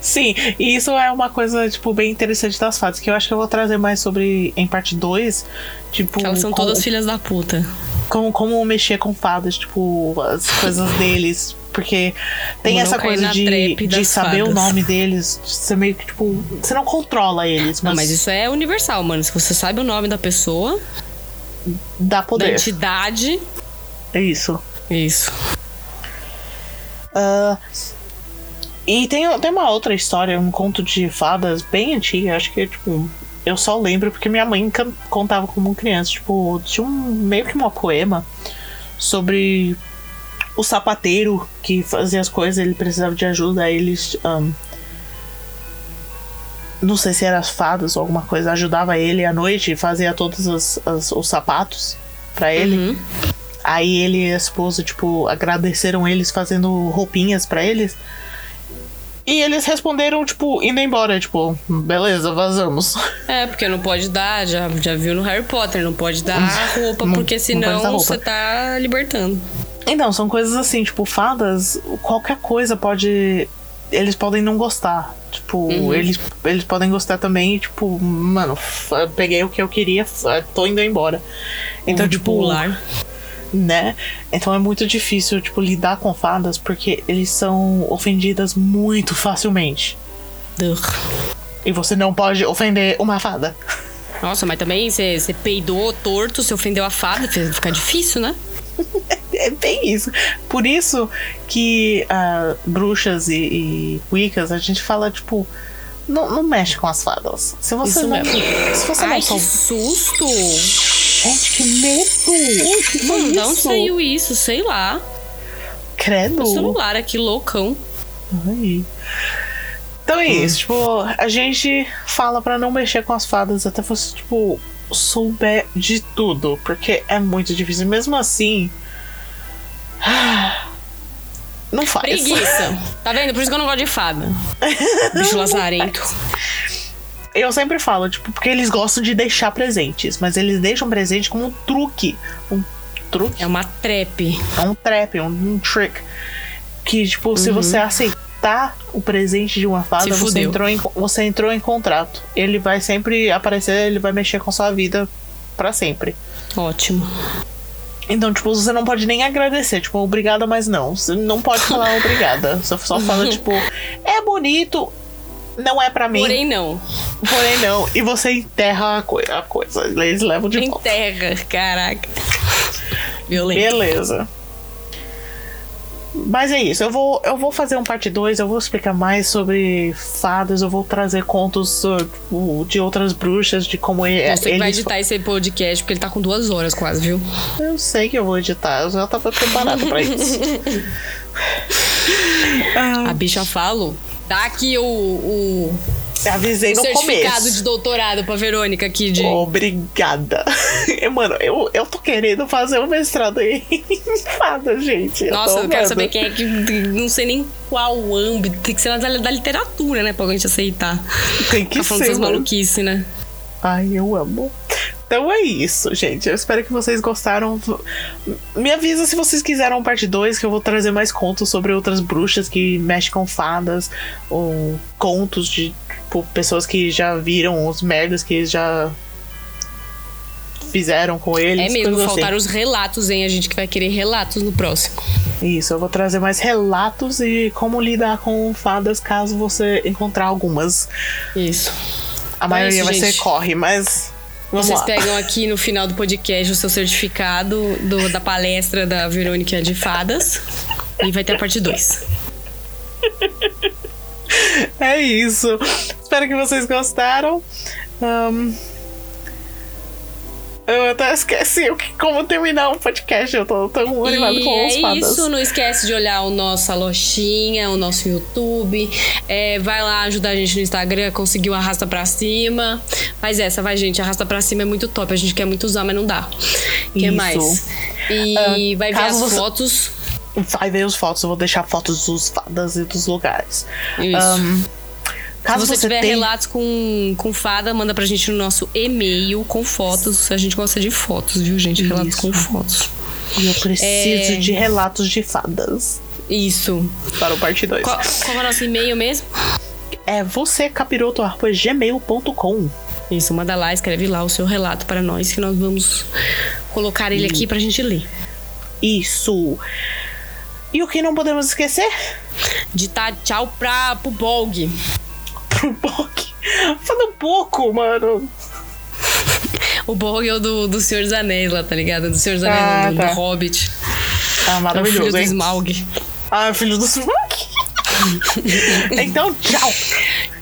S2: Sim, e isso é uma coisa, tipo, bem interessante das fadas, que eu acho que eu vou trazer mais sobre em parte 2. Tipo,
S1: Elas são
S2: com-
S1: todas filhas da puta.
S2: como, como mexer com fadas, tipo, as coisas deles. Porque tem
S1: Não
S2: essa
S1: cair
S2: coisa
S1: na
S2: de,
S1: trepe
S2: de
S1: das
S2: saber o
S1: fadas.
S2: nome deles. Você meio que, tipo, você não controla eles, mas,
S1: Não, mas isso é universal, mano. Se você sabe o nome da pessoa,
S2: dá
S1: da
S2: poder.
S1: entidade.
S2: É isso.
S1: Isso.
S2: Ah, e tem, tem uma outra história, um conto de fadas bem antigo, acho que tipo. Eu só lembro porque minha mãe can- contava como criança. Tipo, tinha um, meio que uma poema sobre o sapateiro que fazia as coisas, ele precisava de ajuda, aí eles. ahn, não sei se eram as fadas ou alguma coisa, ajudava ele à noite e fazia todos as- as- os sapatos pra ele. Aí ele e a esposa, tipo, agradeceram eles fazendo roupinhas pra eles. E eles responderam, tipo, indo embora, tipo, beleza, vazamos.
S1: É, porque não pode dar, já, já viu no Harry Potter, não pode dar roupa, porque
S2: não- não pode dar
S1: senão
S2: roupa.
S1: você tá libertando.
S2: Então, são coisas assim, tipo, fadas, qualquer coisa pode. Eles podem não gostar. Tipo, eles, eles podem gostar também e, tipo, mano, f- peguei o que eu queria, f- tô indo embora. Então,
S1: Ou de
S2: tipo,
S1: pular.
S2: né? Então é muito difícil, tipo, lidar com fadas, porque eles são ofendidas muito facilmente.
S1: Durr.
S2: E você não pode ofender uma fada.
S1: Nossa, mas também você você peidou torto, você ofendeu a fada, fez- fica difícil, né?
S2: É bem isso. Por isso que ah, bruxas e, e wiccas, a gente fala, tipo, não, não mexe com as fadas. Se você
S1: Isso
S2: não.
S1: mesmo.
S2: Se você
S1: Ai,
S2: não
S1: que
S2: souber.
S1: susto!
S2: Gente, que medo! Que
S1: Mano, de onde
S2: isso?
S1: saiu isso? Sei lá.
S2: Credo.
S1: O celular aqui, loucão.
S2: Ai. Então é isso, tipo, a gente fala pra não mexer com as fadas até você, tipo, souber de tudo, porque é muito difícil. Mesmo assim. Não faz.
S1: Preguiça. Tá vendo? Por isso que eu não gosto de fada. Bicho lazarento.
S2: Eu sempre falo, tipo, porque eles gostam de deixar presentes, mas eles deixam presente como um truque. Um truque?
S1: É uma trap.
S2: É um trap, um, um trick. Que, tipo, se você aceitar o presente de uma
S1: Uhum. Se
S2: fada, você
S1: fudeu.
S2: entrou, em, você entrou em contrato. Ele vai sempre aparecer, ele vai mexer com sua vida pra sempre.
S1: Ótimo.
S2: Então, tipo, você não pode nem agradecer,
S1: Uhum.
S2: tipo, obrigada, mas não. Você não pode falar obrigada. Você só fala, tipo, é bonito, Não é pra mim.
S1: Porém, não.
S2: Porém, não. E você enterra a, coi- a coisa. Eles levam de volta.
S1: Enterra, caraca. Violento.
S2: Beleza. Mas é isso, eu vou, eu vou fazer um parte 2, eu vou explicar mais sobre fadas, eu vou trazer contos uh, tipo, de outras bruxas, de como é.
S1: Você que vai
S2: eles fa-
S1: editar esse podcast, porque ele tá com duas horas quase, viu?
S2: Eu sei que eu vou editar, eu já tava preparada pra isso. Ah, Hum.
S1: A bicha falo. Tá aqui o, o,
S2: Avisei
S1: o
S2: no
S1: certificado
S2: começo.
S1: de doutorado pra Verônica aqui de.
S2: Obrigada. E, Mano, eu, eu tô querendo fazer um mestrado em fada, gente. Eu
S1: Nossa,
S2: tô
S1: eu, quero
S2: vendo.
S1: saber quem é que. Não sei nem qual âmbito. Tem que ser da, da literatura, né? Pra gente aceitar.
S2: Tem que
S1: Tá falando
S2: ser.
S1: essas
S2: mano.
S1: maluquices, né?
S2: Ai, eu amo. Então é isso, gente. Eu espero que vocês gostaram. Me avisa se vocês quiseram um parte 2, que eu vou trazer mais contos sobre outras bruxas que mexem com fadas, ou contos de tipo, pessoas que já viram os merdas que eles já fizeram com eles.
S1: é mesmo,
S2: coisas assim.
S1: faltaram os relatos, hein? A gente que vai querer relatos no próximo.
S2: Isso, eu vou trazer mais relatos e como lidar com fadas caso você encontrar algumas.
S1: Isso.
S2: A maioria
S1: Então é isso,
S2: vai ser
S1: gente.
S2: corre, mas. Vamos
S1: Vocês
S2: lá.
S1: pegam aqui no final do podcast o seu certificado do- da palestra da Verônica de Fadas. E vai ter a parte 2.
S2: É isso. Espero que vocês gostaram. Ahn, eu até esqueci o que- como terminar o podcast. Eu tô tão animado
S1: e
S2: com os
S1: é
S2: fadas.
S1: isso, não esquece de olhar o nossa lojinha, o nosso YouTube. É, vai lá ajudar a gente no Instagram, conseguiu arrasta pra cima. Mas essa, vai, gente, arrasta pra cima é muito top. A gente quer muito usar, mas não dá. O que
S2: Isso. Ah,
S1: mais? E vai ver as
S2: caso você-
S1: fotos.
S2: Vai ver as fotos. Eu vou deixar fotos dos fadas e dos lugares.
S1: Isso.
S2: Ahn,
S1: Se
S2: Ah, caso
S1: você, tiver
S2: tenha-
S1: relatos com, com fada, manda pra gente no nosso e-mail com fotos. A gente gosta de fotos, viu, gente? Relatos
S2: Isso.
S1: com fotos.
S2: Eu preciso
S1: É.
S2: de relatos de fadas
S1: Isso.
S2: para o parte 2.
S1: Qual, qual é o nosso e-mail mesmo?
S2: É você, capiroto.gmail.com.
S1: Isso, manda lá, escreve lá o seu relato para nós, que nós vamos colocar ele aqui pra gente ler.
S2: Isso. E o que não podemos esquecer?
S1: Ditar tá, tchau pra, pro Bolg.
S2: Pro Bok. Fala um pouco, mano.
S1: O Bolg é o do, do Senhor dos Anéis lá, tá ligado? Do Senhor dos Anéis,
S2: Ah,
S1: não, do,
S2: tá.
S1: do Hobbit. É
S2: Ah,
S1: o filho
S2: maravilhoso,
S1: do
S2: hein?
S1: Smaug.
S2: Ah, filho do Smaug. então, tchau.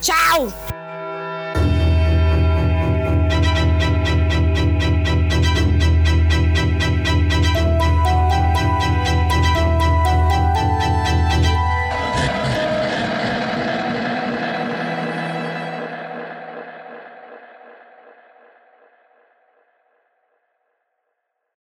S1: Tchau!